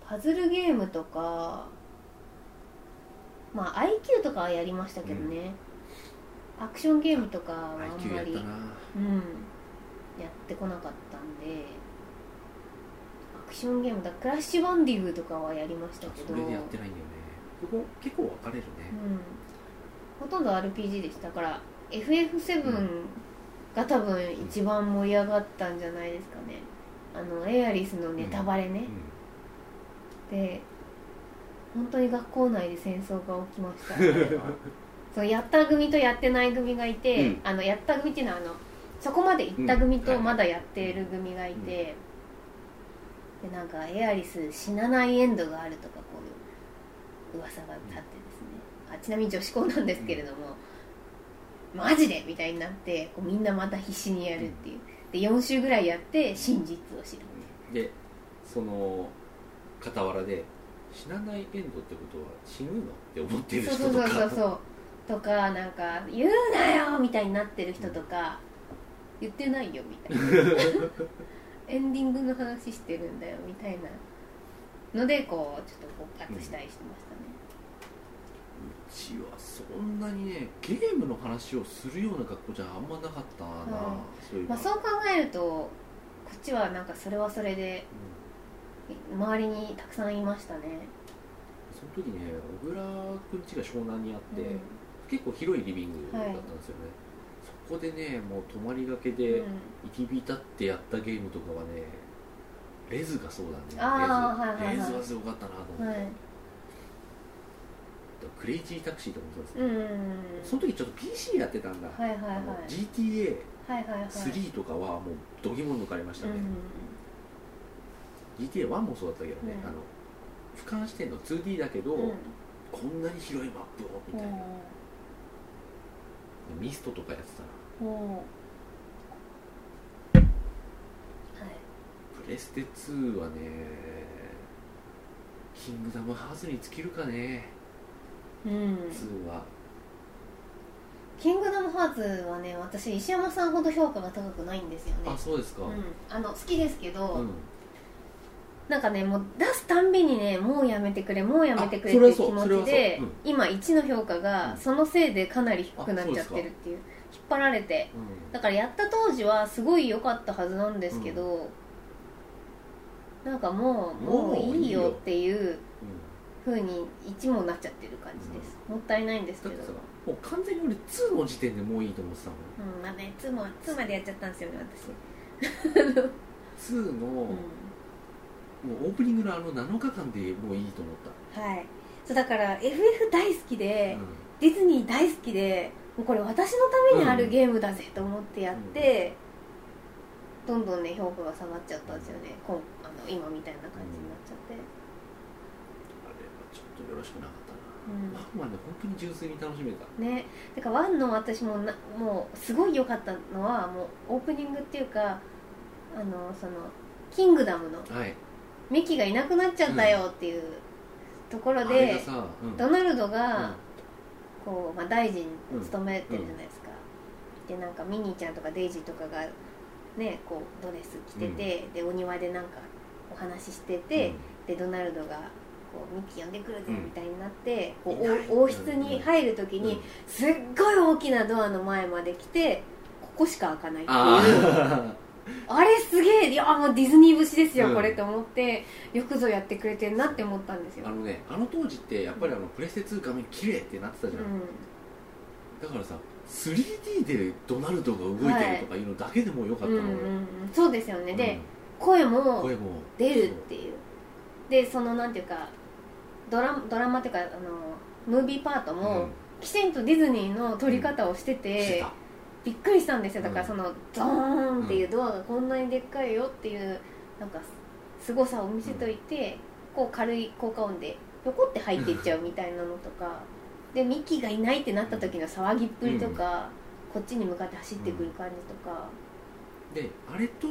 Speaker 2: パズルゲームとかまあ IQ とかはやりましたけどね、アクションゲームとかはあん
Speaker 1: IQ
Speaker 2: ま
Speaker 1: やっ
Speaker 2: り
Speaker 1: たな
Speaker 2: うん、やってこなかったんでアクションゲームだクラッシュバンディングとかはやりましたけ
Speaker 1: そ
Speaker 2: ど
Speaker 1: れでやってないんだよねここ結構分かれるね、
Speaker 2: うん、ほとんど RPG でしただから FF7 が多分一番盛り上がったんじゃないですかねあのエアリスのネタバレね、で本当に学校内で戦争が起きま
Speaker 1: *laughs*
Speaker 2: したあれはそうやった組とやってない組がいて、
Speaker 1: うん
Speaker 2: あのやった組っていうのはあのそこまで行った組
Speaker 1: うん
Speaker 2: と
Speaker 1: はい
Speaker 2: まだやっている組がいて、でなんかエアリス死なないエンドがあるとかこういう噂が立ってですねあちなみに女子校なんですけれども、マジでみたいになってこうみんなまた必死にやるっていうで4週ぐらいやって真実を知る
Speaker 1: うんでその傍らで死なないエンドってことは死ぬのって思ってる
Speaker 2: そう
Speaker 1: 人
Speaker 2: そう
Speaker 1: と
Speaker 2: そ
Speaker 1: か
Speaker 2: うそうそうとかなんか「言うなよ!」みたいになってる人とか「言ってないよ」みたいなエンディングの話してるんだよみたいなのでこうちょっとこう活したりしてましたね、
Speaker 1: うちはそんなにねゲームの話をするような学校じゃあんまなかったな、
Speaker 2: は
Speaker 1: そういう
Speaker 2: まあ、そう考えるとこっちはなんかそれはそれで周りにたくさんいましたね
Speaker 1: その時ね小倉くん家が湘南にあって、
Speaker 2: うん
Speaker 1: 結構広いリビングだったんですよね、そこでねもう泊まりがけで、
Speaker 2: うん
Speaker 1: イティビタってやったゲームとかはねレズがそうだね
Speaker 2: あー
Speaker 1: レズ,、
Speaker 2: はいはいはい
Speaker 1: レズはすごかったなと思っ
Speaker 2: は
Speaker 1: て、
Speaker 2: い
Speaker 1: クレイジータクシーとかもそうですね、
Speaker 2: うん
Speaker 1: その時ちょっと PC やってたんだ、
Speaker 2: はいはいはい
Speaker 1: あの
Speaker 2: はい
Speaker 1: GTA3
Speaker 2: はいはいはい
Speaker 1: とかはもうどぎも抜かれました
Speaker 2: う
Speaker 1: ね、
Speaker 2: ん
Speaker 1: GTA1 もそうだったけどね、
Speaker 2: うん
Speaker 1: あの俯瞰してんの 2D だけど、
Speaker 2: うん
Speaker 1: こんなに広いマップをみたいな、ミストとかやってたら
Speaker 2: おーおーはい
Speaker 1: プレステ2はねキングダムハーツに尽きるかね
Speaker 2: うん
Speaker 1: 2は
Speaker 2: キングダムハーツはね私石山さんほど評価が高くないんですよね
Speaker 1: あそうですか、
Speaker 2: うん、あの好きですけど、
Speaker 1: うん
Speaker 2: なんかねもう出すたんびにねもうやめてくれもうやめてくれ
Speaker 1: あそ
Speaker 2: って
Speaker 1: れ
Speaker 2: い
Speaker 1: は
Speaker 2: う
Speaker 1: そう
Speaker 2: 気持
Speaker 1: それは
Speaker 2: ちで、
Speaker 1: そううん
Speaker 2: 今1の評価が
Speaker 1: うん
Speaker 2: そのせいでかなり低くなっちゃってるっていう引っ張られて
Speaker 1: うん
Speaker 2: だからやった当時はすごい良かったはずなんですけど、なんかもう
Speaker 1: もう
Speaker 2: もういい
Speaker 1: いい
Speaker 2: よ
Speaker 1: よ
Speaker 2: っていう
Speaker 1: うん
Speaker 2: 風に1もなっちゃってる感じです、もったいないんです
Speaker 1: だ
Speaker 2: け
Speaker 1: っ
Speaker 2: ど
Speaker 1: てさもう完全に俺2の時点でもういいと思ってたもん
Speaker 2: うんまあね2も2までやっちゃったんですよね私
Speaker 1: 2の、も
Speaker 2: う
Speaker 1: うオープニングのあの7日間でもういいと思っ
Speaker 2: んはいそうだから FF 大好き
Speaker 1: た、
Speaker 2: で、
Speaker 1: うん
Speaker 2: ディズニー大好きでもうこれ私のためにあるゲームだぜと思ってやって、どんどんね評価が下がっちゃったんですよねこんあの今みたいな感じになっちゃって、
Speaker 1: あれはちょっとよろしくなかったな
Speaker 2: うん
Speaker 1: ワンはね本当に純粋に楽しめた
Speaker 2: ねだからワンの私もなもうすごい良かったのはもうオープニングっていうかあのそのキングダムの
Speaker 1: はい
Speaker 2: ミキがいなくなっちゃったよっていうところ
Speaker 1: あれが
Speaker 2: で、
Speaker 1: さ、うん
Speaker 2: ドナルドが、
Speaker 1: うん
Speaker 2: こう、まあ、大臣を務めてるじゃないですか、でなんかミニーちゃんとかデイジーとかがねこうドレス着てて、でお庭でなんかお話ししてて、でドナルドがこうミッキー呼んでくるぜ
Speaker 1: うん
Speaker 2: みたいになって、こ
Speaker 1: いないう
Speaker 2: 王王室に入る時
Speaker 1: うん
Speaker 2: に、
Speaker 1: うん
Speaker 2: すっごい大きなドアの前まで来てここしか開かないっていう
Speaker 1: あ
Speaker 2: あ
Speaker 1: あ
Speaker 2: れすげえいやもうディズニー節ですよ、
Speaker 1: うん
Speaker 2: これと思ってよくぞやってくれてるなって思ったんですよ
Speaker 1: *laughs* あ、のねあの当時ってやっぱりあのプレステ2画面綺麗ってなってた
Speaker 2: う
Speaker 1: じゃん、
Speaker 2: ん、
Speaker 1: だからさ 3D でドナルドが動いてるとかいうのだけでもよかっ
Speaker 2: う
Speaker 1: た
Speaker 2: ん
Speaker 1: の、
Speaker 2: う
Speaker 1: 俺
Speaker 2: んうんそうですよね、で
Speaker 1: うん
Speaker 2: 声も
Speaker 1: 声も
Speaker 2: 出るっていうでそのなんていうかドラドラマっていうかあのムービーパート
Speaker 1: そ
Speaker 2: も、
Speaker 1: ん
Speaker 2: きちんとディズニーの撮り方をして
Speaker 1: して
Speaker 2: て、
Speaker 1: た
Speaker 2: びっくりしたんですよだから
Speaker 1: うん
Speaker 2: そのドーンっていうドアがこんなにでっかいよっていうなんかすごさを見せといて、こう軽い効果音でぴょこって入っていっちゃうみたいなのとかでミッキーがいないってなった時の騒ぎっぷりとか、こっちに向かって走ってくる感じとか、
Speaker 1: であれと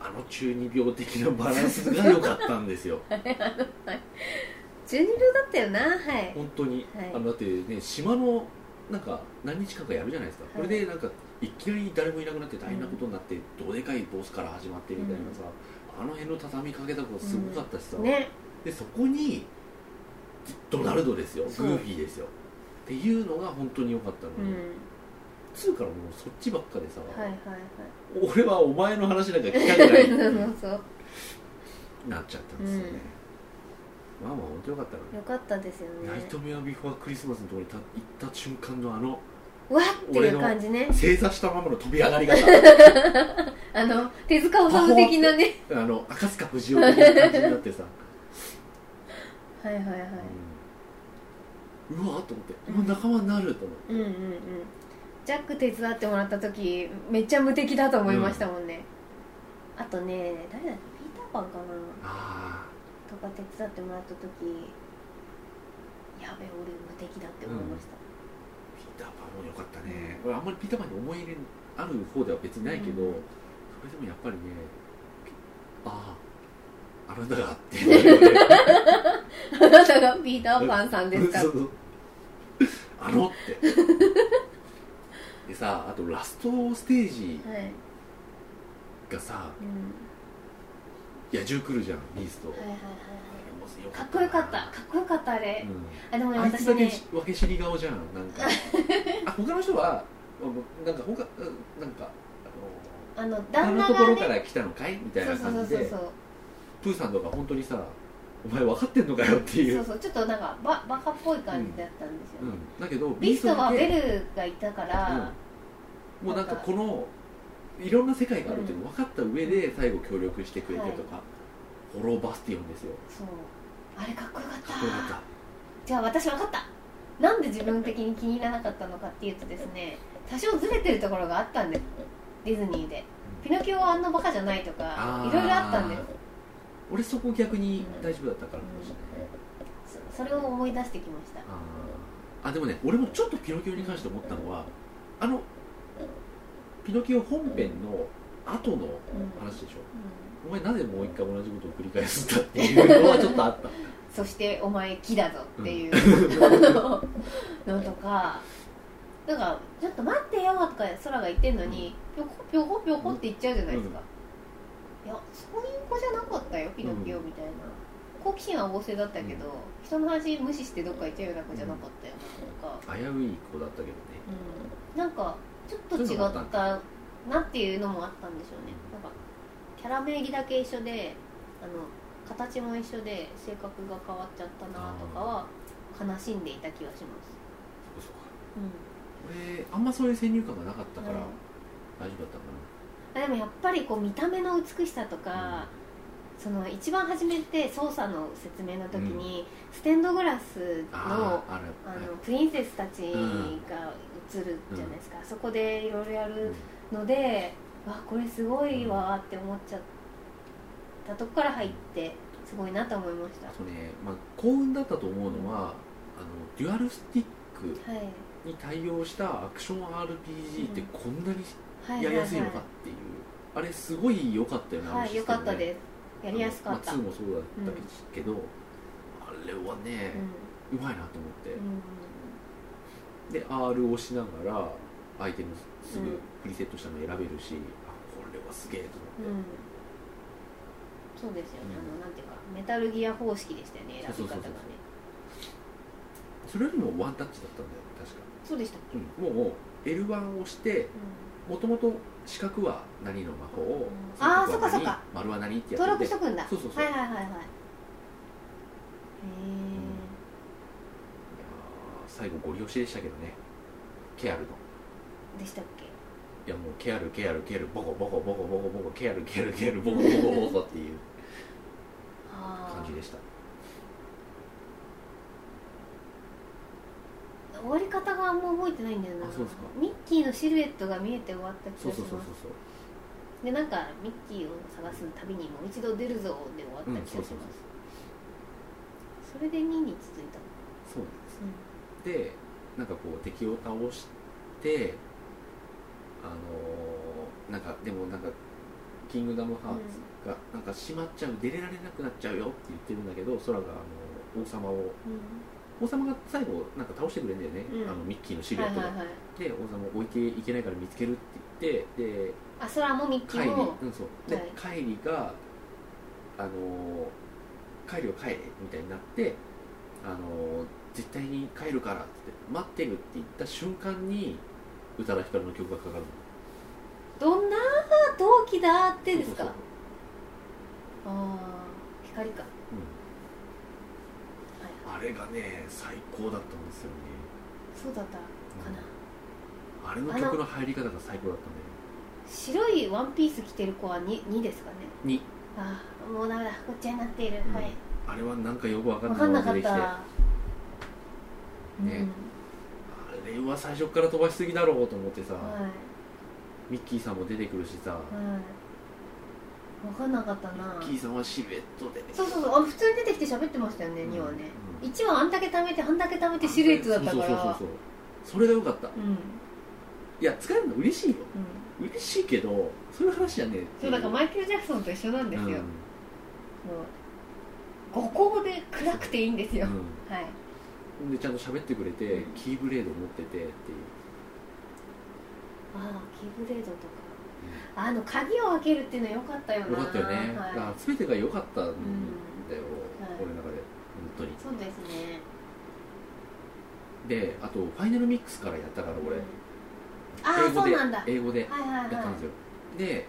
Speaker 1: あの中二病的なバランスが良かったん
Speaker 2: *laughs*
Speaker 1: ですよ
Speaker 2: 12秒だったよなはい
Speaker 1: 本当に、
Speaker 2: はい
Speaker 1: あのだってね島のなんか何日間かやるじゃないですか、
Speaker 2: い
Speaker 1: これでなんかいきなり誰もいなくなって大変なことになって、どでかいボスから始まってみたいなさ、あの辺の畳みかけたことすごかったしさ、
Speaker 2: ね
Speaker 1: でそこにドナルドですよグ
Speaker 2: そう
Speaker 1: ーフィーですよっていうのが本当に良かった
Speaker 2: う
Speaker 1: の
Speaker 2: ん
Speaker 1: に、2からもうそっちばっかでさ、
Speaker 2: はいはいはい
Speaker 1: 俺はお前の話なんか聞きたくない
Speaker 2: *coughs* *laughs* そう
Speaker 1: なっちゃったんですよね、まあまあ本当よかったの
Speaker 2: よかったですよね
Speaker 1: ナイトメアビフォークリスマスのところに立行った瞬間のあの
Speaker 2: わっっていう感じね
Speaker 1: 正座したままの飛び上が
Speaker 2: *laughs*
Speaker 1: り方
Speaker 2: あの手塚治虫的なね
Speaker 1: あの赤塚不二夫的な感じになってさ、
Speaker 2: はいはいはい、
Speaker 1: うんうわーっと思ってうわ仲間になると思って、
Speaker 2: うん、うんうんジャック手伝ってもらった時めっちゃ無敵だと思いましたもんね、あとね誰だっけピーターパンかな
Speaker 1: あ
Speaker 2: とか手伝ってもらった時やべ俺無敵だって思いました、
Speaker 1: あピーターパンも良かったね俺あんまりピーターパンに思い入れある方では別にないけど、
Speaker 2: うん
Speaker 1: それでもやっぱりねあああなたがってなるよね
Speaker 2: あなたがピーターパンさんですか
Speaker 1: そうそうあのってでさあとラストステージ
Speaker 2: はい、
Speaker 1: がさ
Speaker 2: うん、
Speaker 1: 野獣来るじゃんビースト、
Speaker 2: はいはいはい
Speaker 1: もう
Speaker 2: はいかっこよかったかっこよかったあれ、
Speaker 1: う
Speaker 2: あでもね
Speaker 1: ん、あいつ
Speaker 2: 私
Speaker 1: だけ
Speaker 2: ね
Speaker 1: し分け知り顔じゃんなんかあ他の人はあなんか他うんなんか
Speaker 2: あの
Speaker 1: あの
Speaker 2: 旦那
Speaker 1: 他のとこ
Speaker 2: が
Speaker 1: ろか
Speaker 2: ね
Speaker 1: ら来たのかいみたい
Speaker 2: そ
Speaker 1: な
Speaker 2: うそうそ
Speaker 1: 感
Speaker 2: う
Speaker 1: じ
Speaker 2: そう
Speaker 1: でプーさんとか本当にさお前分かってんのかよっていう
Speaker 2: そうそうちょっとなんかババカっぽい感じだったんですよ、
Speaker 1: うん、だけど
Speaker 2: リストは
Speaker 1: ビー
Speaker 2: ベ
Speaker 1: ストだ
Speaker 2: ルがいたから、
Speaker 1: けもうなんかこのいろんな世界があるっていうの分かった上で最後協力してくれてとか、フォローバスティオンですよ
Speaker 2: そうあれかっこよかった
Speaker 1: かっこよかった
Speaker 2: じゃあ私分かったなんで自分的に気に入らなかったのかっていうとですね多少ずれてるところがあったんですディズニーでピノキオはあんなバカじゃないとか
Speaker 1: あー
Speaker 2: いろいろあったんです
Speaker 1: 俺そこ逆に大丈夫だったからかもしれない、
Speaker 2: そそれを思い出してきました
Speaker 1: あーあでもね俺もちょっとピノキオに関して思ったのはあのピノキオ本編の後の
Speaker 2: うん
Speaker 1: 話でしょ、
Speaker 2: うん
Speaker 1: お前なぜもう一回同じことを繰り返すんだっていうのはちょっとあ
Speaker 2: *laughs*
Speaker 1: った
Speaker 2: そしてお前木だぞっていうのとかなんか「ちょっと待ってよ」とか空が言ってんのにぴょこぴょこぴょこって言っちゃうじゃないですか、いやそういう子じゃなかったよピノキオみたいな、好奇心は旺盛だったけど、人の話無視してどっか行っちゃうような子じゃなかったよなとか、
Speaker 1: 危うい子だったけどね
Speaker 2: うん、なんかちょっと違ったなっていうのもあったんでしょうねなんかキャラ名義だけ一緒であの形も一緒で性格が変わっちゃったなとかは悲しんでいた気はします、
Speaker 1: そうそう
Speaker 2: う
Speaker 1: 俺あんまそういう先入観がなかった
Speaker 2: ん、
Speaker 1: から
Speaker 2: うん
Speaker 1: 大丈夫だったかな
Speaker 2: あでもやっぱりこう見た目の美しさとか、その一番初めて操作の説明の時に、ステンドグラスの
Speaker 1: あーあれ
Speaker 2: あ
Speaker 1: はい
Speaker 2: のプリンセスたちが映るじゃないですか、そこでいろいろや
Speaker 1: うん
Speaker 2: るので、わこれすごいわーって思っちゃったとこから入ってすごいなと思いました
Speaker 1: あとね、まあ、幸運だったと思うのはあのデュアルスティック
Speaker 2: はい
Speaker 1: に対応したアクション RPG ってこんなに
Speaker 2: はい
Speaker 1: や
Speaker 2: は
Speaker 1: り
Speaker 2: い
Speaker 1: やすいのかっていう、あれすごい良かったよね、あの
Speaker 2: はい
Speaker 1: シ
Speaker 2: 良
Speaker 1: ステ
Speaker 2: か
Speaker 1: ム
Speaker 2: った
Speaker 1: ね
Speaker 2: ですやりやすかった、
Speaker 1: あのまあ、2もそうだったけど、あれはね、うまいなと思って
Speaker 2: うん、うん
Speaker 1: で R を押しながらアイテムす
Speaker 2: うん
Speaker 1: ぐプリセットしたの選べるし、あこれはすげえと
Speaker 2: う
Speaker 1: 思って、
Speaker 2: んそうですよね、
Speaker 1: うん
Speaker 2: あのなんていうかメタルギア方式でしたよね選
Speaker 1: そう
Speaker 2: び
Speaker 1: そ
Speaker 2: 方
Speaker 1: う
Speaker 2: が
Speaker 1: そうそう
Speaker 2: ね
Speaker 1: それよりもワンタッチだったんだよ確か、
Speaker 2: そうでしたっ
Speaker 1: う
Speaker 2: け、
Speaker 1: ん、もう L1 を押してもともと四角は何の魔法を
Speaker 2: うんあー
Speaker 1: 三角は
Speaker 2: そっかそっか
Speaker 1: 何丸は何ってや
Speaker 2: 登
Speaker 1: ってて
Speaker 2: 録しとくんだ
Speaker 1: そうそうそう
Speaker 2: はいはいはいはいへ
Speaker 1: いやー最後ゴリ押しでしたけどねケアルの
Speaker 2: えでしたっけ
Speaker 1: いやもうケアルケアルケアルボコボコボコボコボコケアルケアルケアルボコボコボコっていう
Speaker 2: あ
Speaker 1: 感じで
Speaker 2: *laughs*
Speaker 1: した
Speaker 2: あ終わり方があんま覚えてないんだよな
Speaker 1: あそうですか
Speaker 2: ミッキーのシルエットが見えて終わった気がし
Speaker 1: そう
Speaker 2: ます
Speaker 1: そうそうそうそう
Speaker 2: でなんかミッキーを探す旅にもう一度出るぞで終わった気がしま
Speaker 1: う
Speaker 2: す、
Speaker 1: んそうそう
Speaker 2: それで2に続いたの
Speaker 1: そうなんですでなんかこう敵を倒してあのーなんかでもなんかキングダムハーツがなんか閉まっちゃう出れられなくなっちゃうよって言ってるんだけど空があの王様を
Speaker 2: うん、
Speaker 1: 王様が最後なんか倒してくれるんだよね、
Speaker 2: う
Speaker 1: あ
Speaker 2: ん
Speaker 1: のミッキーのシ
Speaker 2: うん、
Speaker 1: ルエ
Speaker 2: は
Speaker 1: ッ
Speaker 2: い
Speaker 1: ト
Speaker 2: は
Speaker 1: が
Speaker 2: いはい
Speaker 1: で王様置いていけないから見つけるって言ってで
Speaker 2: あ空もミッキ
Speaker 1: カイ
Speaker 2: ー
Speaker 1: リ
Speaker 2: も
Speaker 1: うんそうで、
Speaker 2: はい
Speaker 1: カイリがあのーカイリを帰れみたいになってあのー絶対に帰るからって言って待ってるって言った瞬間に宇多田ヒカルの曲がかかる
Speaker 2: どんな同期だって
Speaker 1: の
Speaker 2: ですか
Speaker 1: そうそう
Speaker 2: ああ光か、は
Speaker 1: そう
Speaker 2: い
Speaker 1: うんあれがね最高だったんですよね、
Speaker 2: そうだったかな
Speaker 1: うんあれの曲の入り方が最高だったんだよ
Speaker 2: 白いワンピース着てる子は 2, 2ですかね
Speaker 1: に
Speaker 2: ああもうダメだこっちになっている、
Speaker 1: うん
Speaker 2: はい
Speaker 1: あれはなんかよく分かん
Speaker 2: 分
Speaker 1: ない
Speaker 2: か
Speaker 1: 出
Speaker 2: んなか
Speaker 1: き
Speaker 2: って
Speaker 1: てあ
Speaker 2: た
Speaker 1: ねれは最初から飛ばしすぎだろうと思ってさ、
Speaker 2: うん、はい
Speaker 1: ミッキーさんも出てくるしさ、
Speaker 2: はい分かんなかったな
Speaker 1: ミッキーさんはシルエットでね
Speaker 2: そうそうそうあ普通に出てきて喋ってましたよね、
Speaker 1: うん
Speaker 2: 2はね
Speaker 1: うん
Speaker 2: 1はあんだけ貯めてあんだけ貯めてシルエットだったから
Speaker 1: そうそうそうそうそれが良かったい
Speaker 2: うんうん
Speaker 1: や使えるの嬉しいよ嬉しいけどそういう話じゃねえって
Speaker 2: そ
Speaker 1: いう
Speaker 2: だからマ
Speaker 1: イ
Speaker 2: イケル・ジャクソンと一緒なんですよ、もう五行で暗くていいんですよ、はい
Speaker 1: でちゃんと喋ってくれて、
Speaker 2: うん
Speaker 1: キーブレード持っててっていう
Speaker 2: ああキーブレードとかあの鍵を開けるっていうの良かったよな
Speaker 1: よかったよね、
Speaker 2: は
Speaker 1: だか
Speaker 2: い
Speaker 1: ら全てが良かったんだよ、
Speaker 2: うんはい
Speaker 1: 俺の中で本当に
Speaker 2: そうですね
Speaker 1: であとファイナルミックスからやったから俺、
Speaker 2: ああ
Speaker 1: 英語
Speaker 2: そう
Speaker 1: で
Speaker 2: なんだはい
Speaker 1: 英語で
Speaker 2: はい
Speaker 1: やったん
Speaker 2: は
Speaker 1: ですよ、で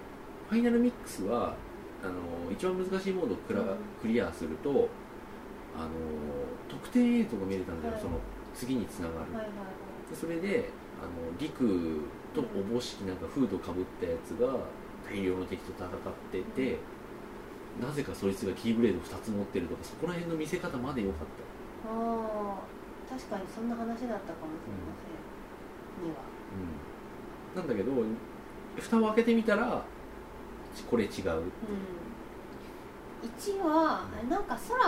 Speaker 1: ファイナルミックスはあの一番難しいモードをクラ、
Speaker 2: うん
Speaker 1: クリアするとあの特典映像が見れたんだよ、
Speaker 2: はい
Speaker 1: その次につながる、
Speaker 2: はいはい
Speaker 1: でそれであの陸とおぼしきなんかフードかぶったやつが大量の敵と戦ってて、なぜかそいつがキーブレード2つ持ってるとかそこら辺の見せ方まで良かった
Speaker 2: ああ確かにそんな話だったかもしれません、には
Speaker 1: うん、なんだけど蓋を開けてみたらちこれ違う、
Speaker 2: うん1はあれなんか空が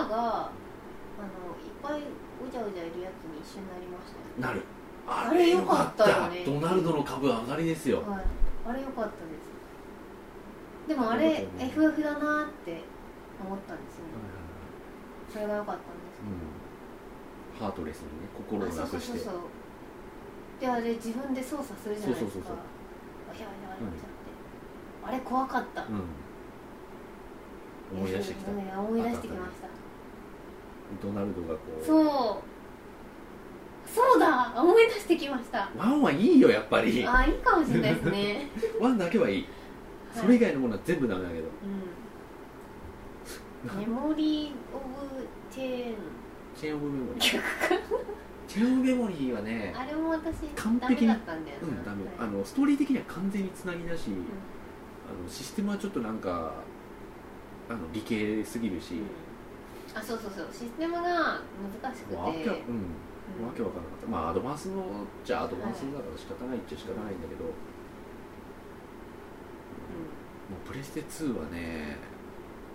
Speaker 2: あのいっぱいうじゃうじゃいるやつに一緒になりましたね
Speaker 1: なるあ
Speaker 2: あれ良かったよね
Speaker 1: 良かったドナルドの株上がりですよ、
Speaker 2: はい、あれ良かったですでもあ
Speaker 1: あれ
Speaker 2: れ
Speaker 1: 良かったよね
Speaker 2: FF だなって思ったんですよねそれが良かったんです
Speaker 1: うん、ハートレスにね心を
Speaker 2: あ
Speaker 1: なく
Speaker 2: そう
Speaker 1: し
Speaker 2: そ
Speaker 1: て
Speaker 2: うそうそうであれ自分で操作するじゃないで
Speaker 1: そう
Speaker 2: すか
Speaker 1: そうそうそう
Speaker 2: あやばいやばいやばいやばいあれ怖かった
Speaker 1: うん、思い出してきた、
Speaker 2: ね思い出してきました
Speaker 1: ドナルドがこう
Speaker 2: そうそうだ思い出してきました
Speaker 1: ワンはいいよやっぱり
Speaker 2: あいいかもしれないです
Speaker 1: *laughs*
Speaker 2: ね、
Speaker 1: ワンだけはいい
Speaker 2: はい、
Speaker 1: それ以外のものは全部ダメだけど、
Speaker 2: うんメモリー・オブ・チェーン
Speaker 1: チェーンオブメモリーチェーンオブメモリーはね
Speaker 2: あれも私
Speaker 1: 完
Speaker 2: ダメ
Speaker 1: 璧に
Speaker 2: だったんだよ
Speaker 1: うん、ダメ
Speaker 2: はい
Speaker 1: あのストーリー的には完全につなぎだし、
Speaker 2: うん
Speaker 1: あのシステムはちょっとなんかあの理系すぎるし、
Speaker 2: あそうそうそうシステムが難しくて、
Speaker 1: わけわ
Speaker 2: う
Speaker 1: うん、
Speaker 2: ん
Speaker 1: わけわかんなかったまあアドバンスのじゃあアドバンスのだから仕方ないっちゃ仕方ないんだけど、も
Speaker 2: う
Speaker 1: うプレステ2はね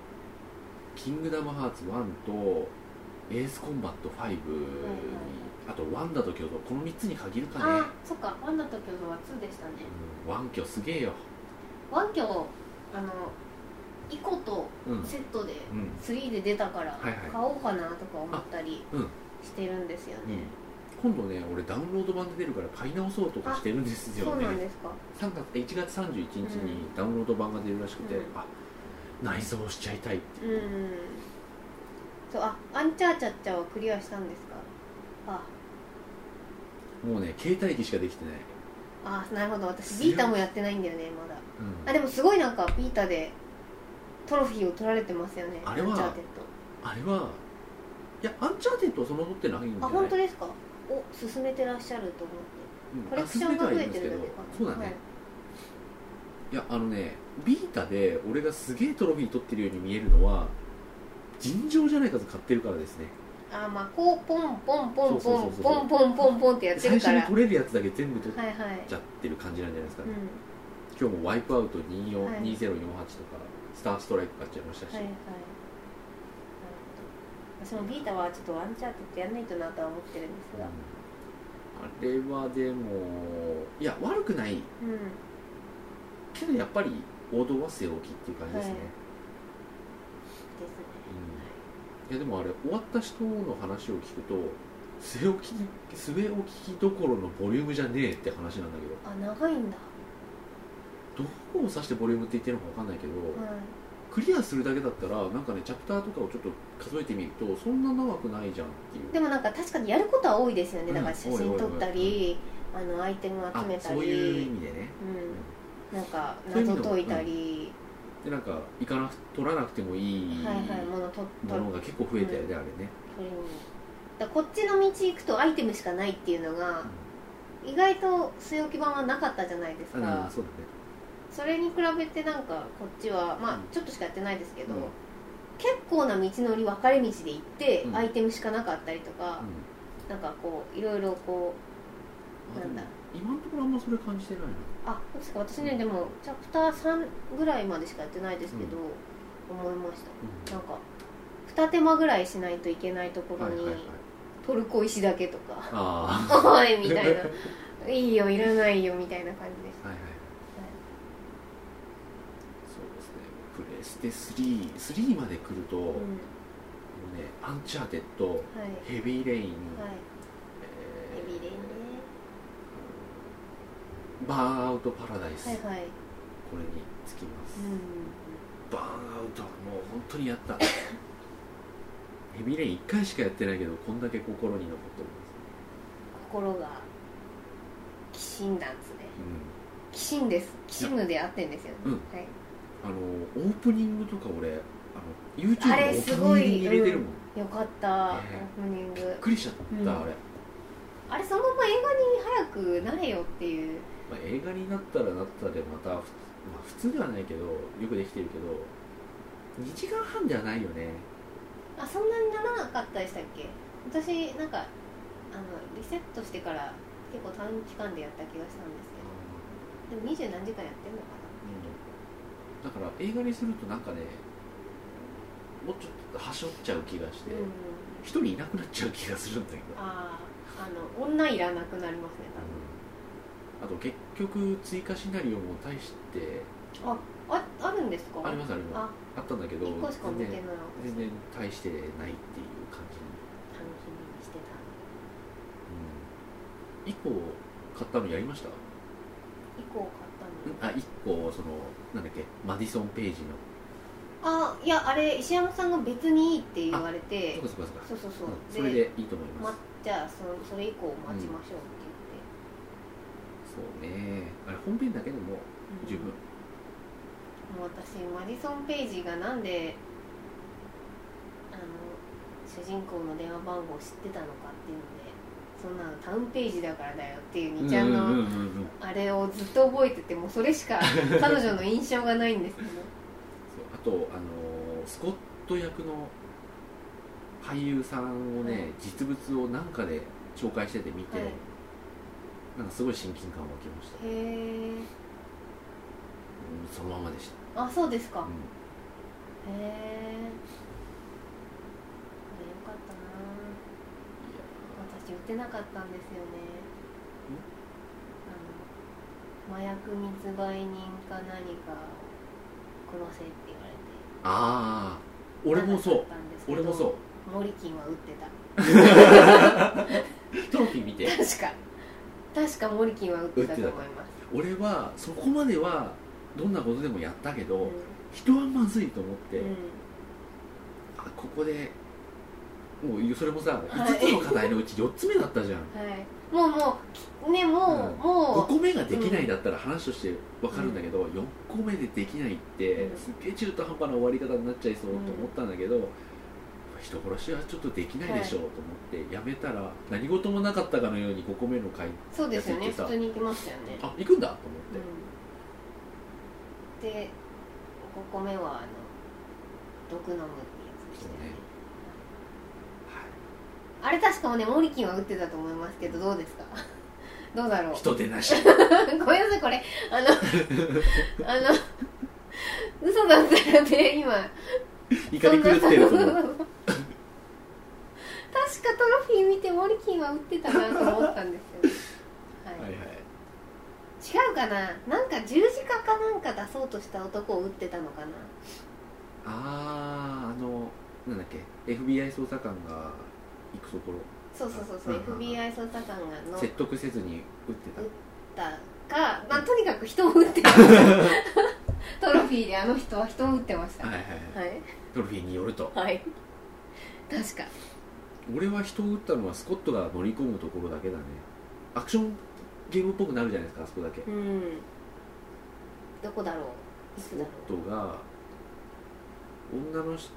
Speaker 1: 「キングダムハーツ1」と「エースコンバット5」に、あと「ワンダと共同」この3つに限るか
Speaker 2: ん
Speaker 1: ね
Speaker 2: あそっかワンダと巨像は2でしたね
Speaker 1: うんワンキョすげえよ
Speaker 2: ワンキョあのイコと
Speaker 1: うん、うん、
Speaker 2: セットで
Speaker 1: うん
Speaker 2: 3で出たから
Speaker 1: はい
Speaker 2: 買
Speaker 1: はい
Speaker 2: おうかなとか思ったり
Speaker 1: あうん
Speaker 2: してるんですよね、
Speaker 1: 今度ね俺ダウンロード版で出るから買い直そうとかしてるんですよね
Speaker 2: そうなんですか
Speaker 1: 3月1月31日にダウンロード版が出るらしくて、
Speaker 2: うん
Speaker 1: あ内蔵しちゃいたいって
Speaker 2: うんそうあアンチャーチャッチャはクリアしたんですかあ
Speaker 1: もうね携帯機しかできてない、
Speaker 2: あなるほど私ビータもやってないんだよねまだ
Speaker 1: うん
Speaker 2: あでもすごいなんかビータでトロフィーを取られてますよね
Speaker 1: あれは
Speaker 2: アンチャーテッ
Speaker 1: あれはいやアンチャーテッドはその取ってないんじゃ
Speaker 2: ド
Speaker 1: な
Speaker 2: あ
Speaker 1: い
Speaker 2: 本当ですかお進めてらっしゃると思っ
Speaker 1: うん
Speaker 2: てコレクションが増えてるだ
Speaker 1: あ進め
Speaker 2: け
Speaker 1: て
Speaker 2: か
Speaker 1: は
Speaker 2: な
Speaker 1: ん
Speaker 2: い
Speaker 1: ですけどそうだね、い、やあのねビータで俺がすげえトロフィー取ってるように見えるのは尋常じゃない数買ってるからですね
Speaker 2: はい、あまあこうポンポンポンポ
Speaker 1: そうそ
Speaker 2: ン
Speaker 1: うそうそう
Speaker 2: ポンポンポンポンってやって
Speaker 1: 最
Speaker 2: る
Speaker 1: 初
Speaker 2: か
Speaker 1: に
Speaker 2: らはい
Speaker 1: 取れるやつだけ全部取っ
Speaker 2: はい
Speaker 1: ちゃってる感じなんじゃないですか
Speaker 2: う
Speaker 1: ね、
Speaker 2: ん
Speaker 1: 今日もワイプアウト24、
Speaker 2: はい
Speaker 1: 2048とかスターストライク買っちゃいましたし、
Speaker 2: はいはいなるほど私もビータはちょっとアンチャーテッドやんないとなとは思ってるんですが
Speaker 1: うんあれはでもいや悪くない
Speaker 2: うん
Speaker 1: けどやっぱり王道は据え置きっていう感じですね、
Speaker 2: はいですね
Speaker 1: うんいやでもあれ終わった人の話を聞くと据え置き据え置きどころのボリュームじゃねえって話なんだけ
Speaker 2: あ長いんだ
Speaker 1: どどこを指してボリュームって言ってるのか分かんないけど、
Speaker 2: はい
Speaker 1: クリアするだけだったらなんかねチャプターとかをちょっと数えてみるとそんな長くないじゃんっていう
Speaker 2: でもなんか確かにやることは多いですよねだから写
Speaker 1: うん多
Speaker 2: 真
Speaker 1: い多い多
Speaker 2: 撮
Speaker 1: い
Speaker 2: ったりあのアイテム集
Speaker 1: あ
Speaker 2: めた
Speaker 1: そういう意
Speaker 2: り
Speaker 1: 味でね
Speaker 2: うんなんか
Speaker 1: そういう意
Speaker 2: 謎
Speaker 1: 味の
Speaker 2: 解いたり
Speaker 1: でなんか行かなく取らなくてもいい
Speaker 2: はいはいものと
Speaker 1: も
Speaker 2: と
Speaker 1: のが結構増えたよね、あれね、
Speaker 2: 取りにだからこっちの道行くとアイテムしかないっていうのが意外と据え置き版はなかったじゃないです
Speaker 1: うん
Speaker 2: か
Speaker 1: そうだね
Speaker 2: それに比べてなんかこっちはまあ
Speaker 1: うん
Speaker 2: ちょっとしかやってないですけど
Speaker 1: うん
Speaker 2: 結構な道のり分かれ道で行って
Speaker 1: うん
Speaker 2: アイテムしかなかったりとか
Speaker 1: う
Speaker 2: なんかこういろいろこうん
Speaker 1: あ
Speaker 2: なんだ
Speaker 1: でも今のところあんまそれ感じてないな
Speaker 2: あそうですか私ねでもチャプター3ぐらいまでしかやってないですけど、思いました
Speaker 1: う
Speaker 2: なんか二手間ぐらいしないといけないところに、トルコ石だけとか *laughs*
Speaker 1: あ
Speaker 2: おいみたい *laughs* ないいよいらないよみたいな感じでし
Speaker 1: あはいはいそうですねプレステ33まで来ると、
Speaker 2: た、うん
Speaker 1: もうねアンチャーテッド
Speaker 2: はい
Speaker 1: ヘビーレイン、
Speaker 2: はい
Speaker 1: え
Speaker 2: ヘビーレインね
Speaker 1: ーバーンアウトパラダイス、
Speaker 2: はいはい
Speaker 1: これにつきます、
Speaker 2: う
Speaker 1: バーンアウトもう本当にやった
Speaker 2: *laughs*
Speaker 1: ヘビーレイン1回しかやってないけどこんだけ心に残ってま
Speaker 2: ん心がきしんだんですね
Speaker 1: す、うん
Speaker 2: きしんですきしむであってんですよね
Speaker 1: うん
Speaker 2: はい
Speaker 1: あのオープニングとか俺の YouTube の
Speaker 2: あれ
Speaker 1: オ
Speaker 2: す
Speaker 1: ー
Speaker 2: ご
Speaker 1: プニ
Speaker 2: い
Speaker 1: ングに入れてるもん、び
Speaker 2: よかった、
Speaker 1: ね
Speaker 2: オープニング
Speaker 1: っくりしちゃった、
Speaker 2: うん
Speaker 1: あれ、ま
Speaker 2: あれそのまま映画に早くなれよっていう
Speaker 1: あ、映画になったらなったでまたふ、まあ、普通ではないけどよくできてるけど2時間半ではないよね
Speaker 2: あそんなにならなかったでしたっけ私なんかあのリセットしてから結構短期間でやった気がしたんですけどでも二十何時間やってんのか
Speaker 1: だから映画にするとなんかねもうちょっと端折っちゃう気がして
Speaker 2: な、うん
Speaker 1: 一、人いなくなっちゃう気がするんだけど
Speaker 2: あああの女いらなくなりますね
Speaker 1: あと結局追加シナリオも大して
Speaker 2: 多分あああるんですか
Speaker 1: ありますありま
Speaker 2: あ
Speaker 1: すあったんだけど
Speaker 2: 一個しか
Speaker 1: 全
Speaker 2: 見てない
Speaker 1: 然全然大してないっていう感じ、
Speaker 2: 楽しみにしてた
Speaker 1: うん、1個買ったのやりました
Speaker 2: 以降買った
Speaker 1: あ
Speaker 2: の
Speaker 1: 1個そのなんだっけマディソン・ページの
Speaker 2: あいやあれ石山さんが別にいいって言われて
Speaker 1: そうかそうかそうか
Speaker 2: そうそうそう、
Speaker 1: うんそれでいいと思います
Speaker 2: ま、じゃあそのそれ以降待ちましょうって
Speaker 1: そうねあれ本編だけでも十
Speaker 2: 言って、うん
Speaker 1: 分
Speaker 2: もう私マディソン・ページがなんであの主人公の電話番号を知ってたのかっていうのでそんなのタウンページだからだよっていう2ちゃん
Speaker 1: うんう
Speaker 2: の
Speaker 1: んうんうん
Speaker 2: あれをずっと覚えててもうそれ
Speaker 1: *laughs*
Speaker 2: しか彼女の印象がないんですけど
Speaker 1: そうあと、あのースコット役の俳優さんをね、
Speaker 2: はい
Speaker 1: 実物をなんかで紹介してて見て、
Speaker 2: はい
Speaker 1: なんかすごい親近感湧きました、
Speaker 2: へえ
Speaker 1: うん、そのままでした、
Speaker 2: あそうですか、
Speaker 1: うん
Speaker 2: へえよかったない
Speaker 1: や
Speaker 2: 私打てなかったんですよねあの麻薬密売人か何かを殺せって言われて
Speaker 1: ああ俺もそう俺もそう
Speaker 2: モリキンは打ってた
Speaker 1: うトロフィー見て
Speaker 2: 確か確かモリキンは打ってたと
Speaker 1: 打っ
Speaker 2: 思います
Speaker 1: 俺はそこまではどんなことでもやったけど、
Speaker 2: うん
Speaker 1: 人はまずいと思って、
Speaker 2: うん
Speaker 1: あここでもうそれもさ、
Speaker 2: はい
Speaker 1: 5つの課題のうち4つ目だったじゃん
Speaker 2: はいもうもうねもう、
Speaker 1: うん5
Speaker 2: もう
Speaker 1: 個目ができないだったら話として分かるんだけど、4個目でできないって、
Speaker 2: うん
Speaker 1: すっげえ中途半端な終わり方になっちゃいそうと思ったんだけど、人殺しはちょっとできないでしょうと思ってやめたら、何事もなかったかのように5個目の回
Speaker 2: そうですよね
Speaker 1: やってた
Speaker 2: 普通に行きましたよね
Speaker 1: あ行くんだと思って、
Speaker 2: うんで5個目はあの毒飲むってやつでしたよね
Speaker 1: そうね
Speaker 2: あれ確かもねモリキンは打ってたと思いますけどどうですか *laughs* どうだろう
Speaker 1: 人手なし
Speaker 2: *laughs* ごめんなさいこれあのあの *laughs* 嘘だったらね今
Speaker 1: 怒り狂ってると思う
Speaker 2: 確かトロフィー見てモリキンは打ってたなと思ったんですよ、
Speaker 1: は
Speaker 2: はいい、
Speaker 1: はい
Speaker 2: 違うかななんか十字架かなんか出そうとした男を打ってたのかな
Speaker 1: あああのなんだっけ FBI 捜査官が行くところ
Speaker 2: そうそうそうそう、
Speaker 1: うんうんうん
Speaker 2: FBI 捜査官が乗っ
Speaker 1: 説得せずに撃ってた、
Speaker 2: 撃たか、まあ、とにかく人を撃ってた *laughs* トロフィーであの人は人を撃ってました
Speaker 1: は
Speaker 2: はい
Speaker 1: はいはい
Speaker 2: い
Speaker 1: トロフィーによると
Speaker 2: はい確か
Speaker 1: 俺は人を撃ったのはスコットが乗り込むところだけだねアクションゲームっぽくなるじゃないですかあそこだけ
Speaker 2: うんどこだろうい
Speaker 1: ス
Speaker 2: つ
Speaker 1: コ
Speaker 2: だ
Speaker 1: ッ
Speaker 2: ろ
Speaker 1: トが女の人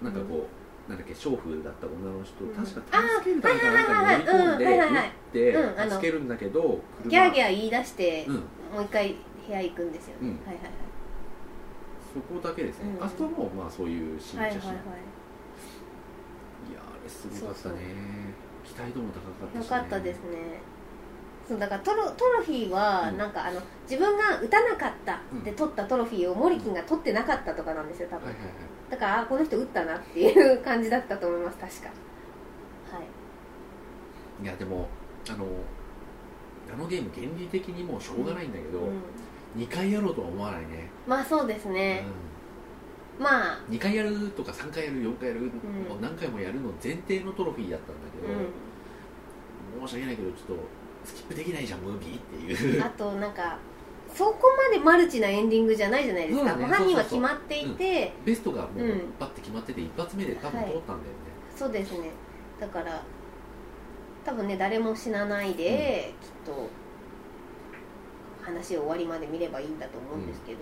Speaker 1: なんかこう、なんだっけ娼婦だった女の人を
Speaker 2: うん
Speaker 1: 確か助けるためかなんかに乗り込んで
Speaker 2: あーはいはいはいうんはいはいはいう
Speaker 1: 撃って
Speaker 2: んあの
Speaker 1: 助けるんだけど
Speaker 2: うギャーギ
Speaker 1: ャ
Speaker 2: ャー言い出して、
Speaker 1: うん
Speaker 2: もう一回部屋行くんですよね、
Speaker 1: うん
Speaker 2: はいはい
Speaker 1: そこだけですね、
Speaker 2: うん
Speaker 1: あそこはもうまあそういう新茶
Speaker 2: はいはい
Speaker 1: 師、
Speaker 2: はいはい
Speaker 1: いやーあれすごかったね
Speaker 2: そうそう
Speaker 1: 期待度も高かったし、ね、
Speaker 2: よかったですねそうだからトロトロフィーは
Speaker 1: うん
Speaker 2: なんかあの自分が打たなかった
Speaker 1: うん
Speaker 2: で取ったトロフィーをモリキンが取ってなかったとかなんですよ多
Speaker 1: はいは
Speaker 2: 分
Speaker 1: いはい
Speaker 2: だからあこの人打ったなっていう感じだったと思います確かはい
Speaker 1: いやでもあのあのゲーム原理的にもうしょうがないんだけど、
Speaker 2: うん
Speaker 1: 2回やろうとは思わないね、
Speaker 2: まあそうですね、まあ
Speaker 1: うん、2回やるとか3回やる4回やる、
Speaker 2: ん
Speaker 1: 何回もやるの前提のトロフィーだったんだけど、
Speaker 2: う
Speaker 1: 申し訳ないけどちょっとスキップできないじゃんムービー
Speaker 2: *laughs*
Speaker 1: ってい
Speaker 2: ん
Speaker 1: う
Speaker 2: あとなんかそこまでマルチなエンディングじゃないじゃないです
Speaker 1: そう
Speaker 2: か、
Speaker 1: だね
Speaker 2: もう犯人は決まっていて、
Speaker 1: ベストがもう
Speaker 2: うん
Speaker 1: パッて決まってて一発目で多分
Speaker 2: はい
Speaker 1: 通ったんだよね、
Speaker 2: そうですねだから多分ね誰も死なないで、きっと話を終わりまで見ればいいんだと思うんですけど、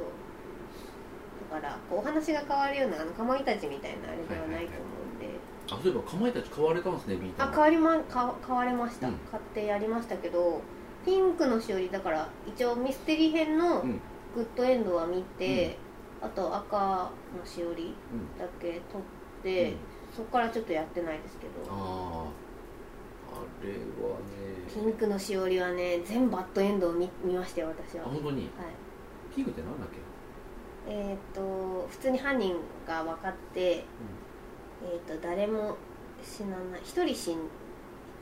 Speaker 2: だからこうお話が変わるようなあのかまいたちみたいなあれではないと思うんで、
Speaker 1: あそういえばかまいたち買われたんですねビー
Speaker 2: あ
Speaker 1: ト
Speaker 2: 変わりまか変われました、
Speaker 1: うん
Speaker 2: 買ってやりましたけどピンクのしおりだから一応ミステリー編の
Speaker 1: うん
Speaker 2: グッドエンドは見て、あと赤のしおり
Speaker 1: うん
Speaker 2: だけ撮って、
Speaker 1: うん
Speaker 2: そこからちょっとやってないですけど
Speaker 1: あああれは
Speaker 2: ピ
Speaker 1: ね
Speaker 2: ンクのしおりはね全バッドエンドを見見ましたよ私
Speaker 1: あ
Speaker 2: は、はい
Speaker 1: 本当にピンクってなんだっけ
Speaker 2: えっ、と普通に犯人が分かって、えっ、と誰も死なない一人死ん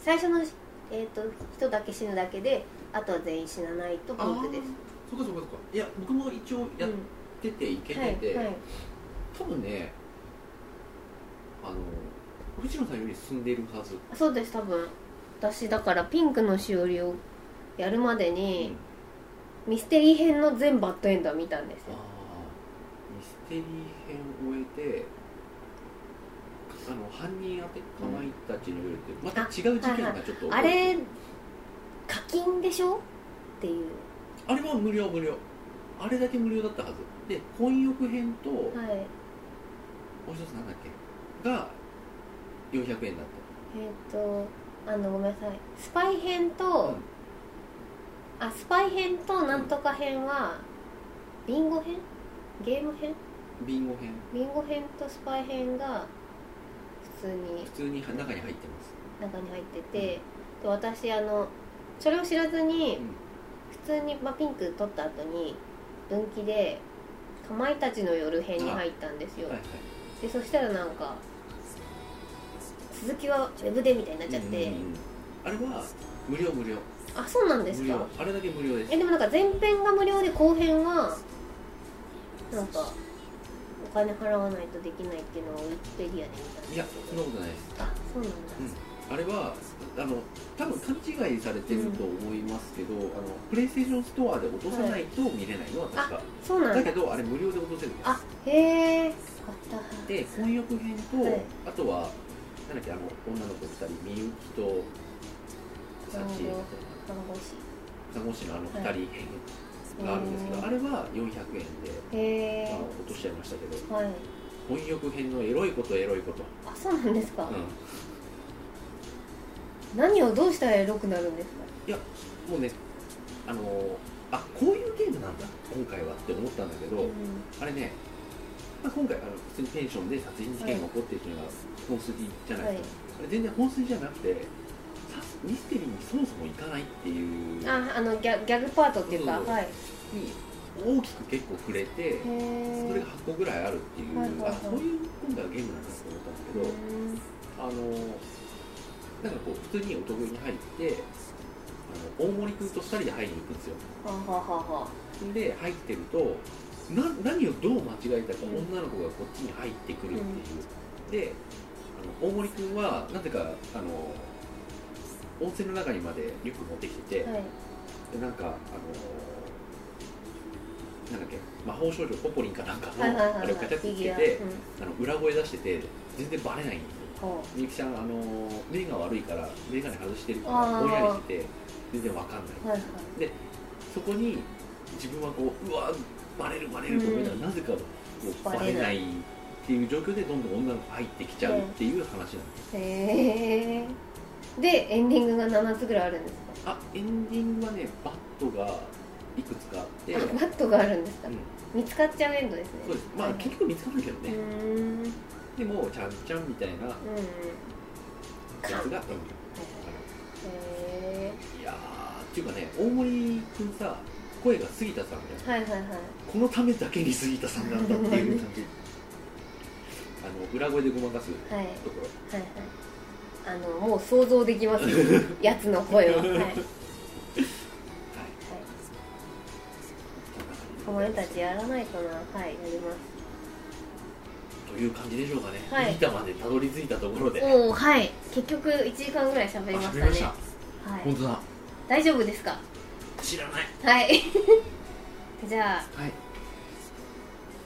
Speaker 2: 最初の、えー、と人だけ死ぬだけであとは全員死なないとピンクです
Speaker 1: あーそうかそうかそうかいや僕も一応やっ
Speaker 2: うん
Speaker 1: てていけてて、
Speaker 2: はいはい
Speaker 1: 多分ねあの藤野さんより進んでいるはず、
Speaker 2: そうです多分私だからピンクのしおりをやるまで
Speaker 1: う
Speaker 2: に
Speaker 1: ん、
Speaker 2: ミステリー編の全バッドエンドは見たんです
Speaker 1: あ
Speaker 2: よ
Speaker 1: ーミステリー編を終えてあの犯人宛てかまいたちの夜ってまた違う事件がちょっと
Speaker 2: あれ課金でしょっていう
Speaker 1: あれは無料無料あれだけ無料だったはずで婚浴編と、
Speaker 2: はい
Speaker 1: もう一つなんだっけが400円だっ
Speaker 2: えっ、とあのごめんなさいスパイ編
Speaker 1: た、
Speaker 2: と、あスパイ編となんとか編は、ビンゴ編ゲーム編
Speaker 1: ビンゴ編
Speaker 2: ビンゴ編とスパイ編が普通に
Speaker 1: 普通に中に入ってます、
Speaker 2: 中に入ってて、で私あのそれを知らずに普通に、まあ、ピンク取った後に分岐で「かまいたちの夜」編に入ったんですよ、
Speaker 1: はいはい
Speaker 2: でそしたらなんか続きはウェブでみたいになっちゃって、
Speaker 1: うんうんうんあれは無料無料
Speaker 2: あそうなんです
Speaker 1: 無
Speaker 2: か
Speaker 1: 料あれだけ無料です
Speaker 2: えでもなんか前編が無料で後編はなんかお金払わないとできないっていうのをウィキペディアで見たんで
Speaker 1: い
Speaker 2: すけ
Speaker 1: や
Speaker 2: ど
Speaker 1: そんなことないです
Speaker 2: あそうなんだ、
Speaker 1: あれはあの多分勘違いされてると思いますけど、あのプレイステーションストアで落とさないと見れないのは確か、
Speaker 2: そうな
Speaker 1: だ
Speaker 2: ん
Speaker 1: け
Speaker 2: だ
Speaker 1: どあれ無料で落とせるんです
Speaker 2: あへえよかった
Speaker 1: で婚浴編と、
Speaker 2: はい
Speaker 1: あとはなんだっけあの女の子2人みゆきとサチみたいな
Speaker 2: 看護師
Speaker 1: 看護師のあの2人
Speaker 2: はい
Speaker 1: 編があるんですけど、
Speaker 2: へー
Speaker 1: あれは400円で、
Speaker 2: へえ
Speaker 1: まあ、落としちゃいましたけど
Speaker 2: はい
Speaker 1: 婚浴編のエロいことエロいこと、
Speaker 2: あそうなんですか、
Speaker 1: う
Speaker 2: 何をどうしたらエロくなるんですか
Speaker 1: ん、もうねあのーあこういうゲームなんだ今回はって思ったんだけど、
Speaker 2: ん
Speaker 1: あれね、まあ、今回あの普通にペンションで殺人事件が起こってるっていうのが本筋じゃないですか、あれ全然本筋じゃなくてさミステリーにそもそもいかないっていうに
Speaker 2: ああのギャギャグパートっていうか
Speaker 1: そうそう
Speaker 2: はいへ
Speaker 1: 大きく結構触れてそれが
Speaker 2: え
Speaker 1: 8個ぐらいあるっていう、
Speaker 2: はいはいはい
Speaker 1: あそういう今回はゲームなんだと思ったんですけど、あのなんかこう普通にお得に入ってあの大森君と2人で入りに行くんですよ
Speaker 2: はははは
Speaker 1: で入ってるとな何をどう間違えたか
Speaker 2: うん
Speaker 1: 女の子がこっちに入ってくるっていう、であの大森君はなぜかあの温泉の中にまでリュック持ってきてて、
Speaker 2: はい
Speaker 1: でなんかあのなんだっけ魔法少女ポポリンかなんかの、
Speaker 2: はいはいはい
Speaker 1: あ
Speaker 2: はい
Speaker 1: れをガチャッとつけ
Speaker 2: フィギ
Speaker 1: て
Speaker 2: ュア、う
Speaker 1: あ
Speaker 2: ん
Speaker 1: の裏声出してて全然バレないんですよ
Speaker 2: ほう
Speaker 1: みゆきちゃんあの目が悪いから眼鏡外してるか
Speaker 2: あ
Speaker 1: ら
Speaker 2: ー
Speaker 1: ぼんやりしてて全然わかんない
Speaker 2: はいはい
Speaker 1: そこに自分はこううわバレるバレると思いながらなぜかこうバ
Speaker 2: バレない
Speaker 1: レないっていう状況でどんどん女の子入ってきちゃうっていう話なんです、
Speaker 2: へえでエンディングが7つぐらいあるんですか
Speaker 1: あエンディングはねバットがいくつかあって、
Speaker 2: あ
Speaker 1: うん、
Speaker 2: バットがあるんですか、見つかっちゃうエンドですね
Speaker 1: そうですまあ
Speaker 2: はい
Speaker 1: 結局見つかるけど
Speaker 2: うー
Speaker 1: ね、
Speaker 2: んうん
Speaker 1: でもちゃんちゃんみたいなや
Speaker 2: うん
Speaker 1: つが、うん、
Speaker 2: *laughs*
Speaker 1: あ
Speaker 2: へ
Speaker 1: るいやーっていうかね大森くんさ声が杉田さんじゃん
Speaker 2: えはいはいはい
Speaker 1: このためだけに杉田さんなんだっていう感
Speaker 2: *laughs*
Speaker 1: じあの裏声でごまかすと
Speaker 2: はいはい
Speaker 1: ころ
Speaker 2: はいあのもう想像できますよ
Speaker 1: *laughs*
Speaker 2: やつの声ははい、はい、
Speaker 1: はい
Speaker 2: かまいたちやらないかなはいやります
Speaker 1: という感じでしょうかね、
Speaker 2: はい
Speaker 1: ギターまでたどり着いたところで
Speaker 2: おおはい結局1時間ぐらい喋りました
Speaker 1: あ喋
Speaker 2: ね
Speaker 1: りました
Speaker 2: は
Speaker 1: 本
Speaker 2: い、
Speaker 1: 当だ
Speaker 2: 大丈夫ですか
Speaker 1: 知らない
Speaker 2: はい
Speaker 1: *laughs*
Speaker 2: じゃあ
Speaker 1: はい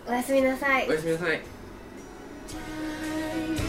Speaker 2: おやすみなさい
Speaker 1: おやすみなさい
Speaker 3: Time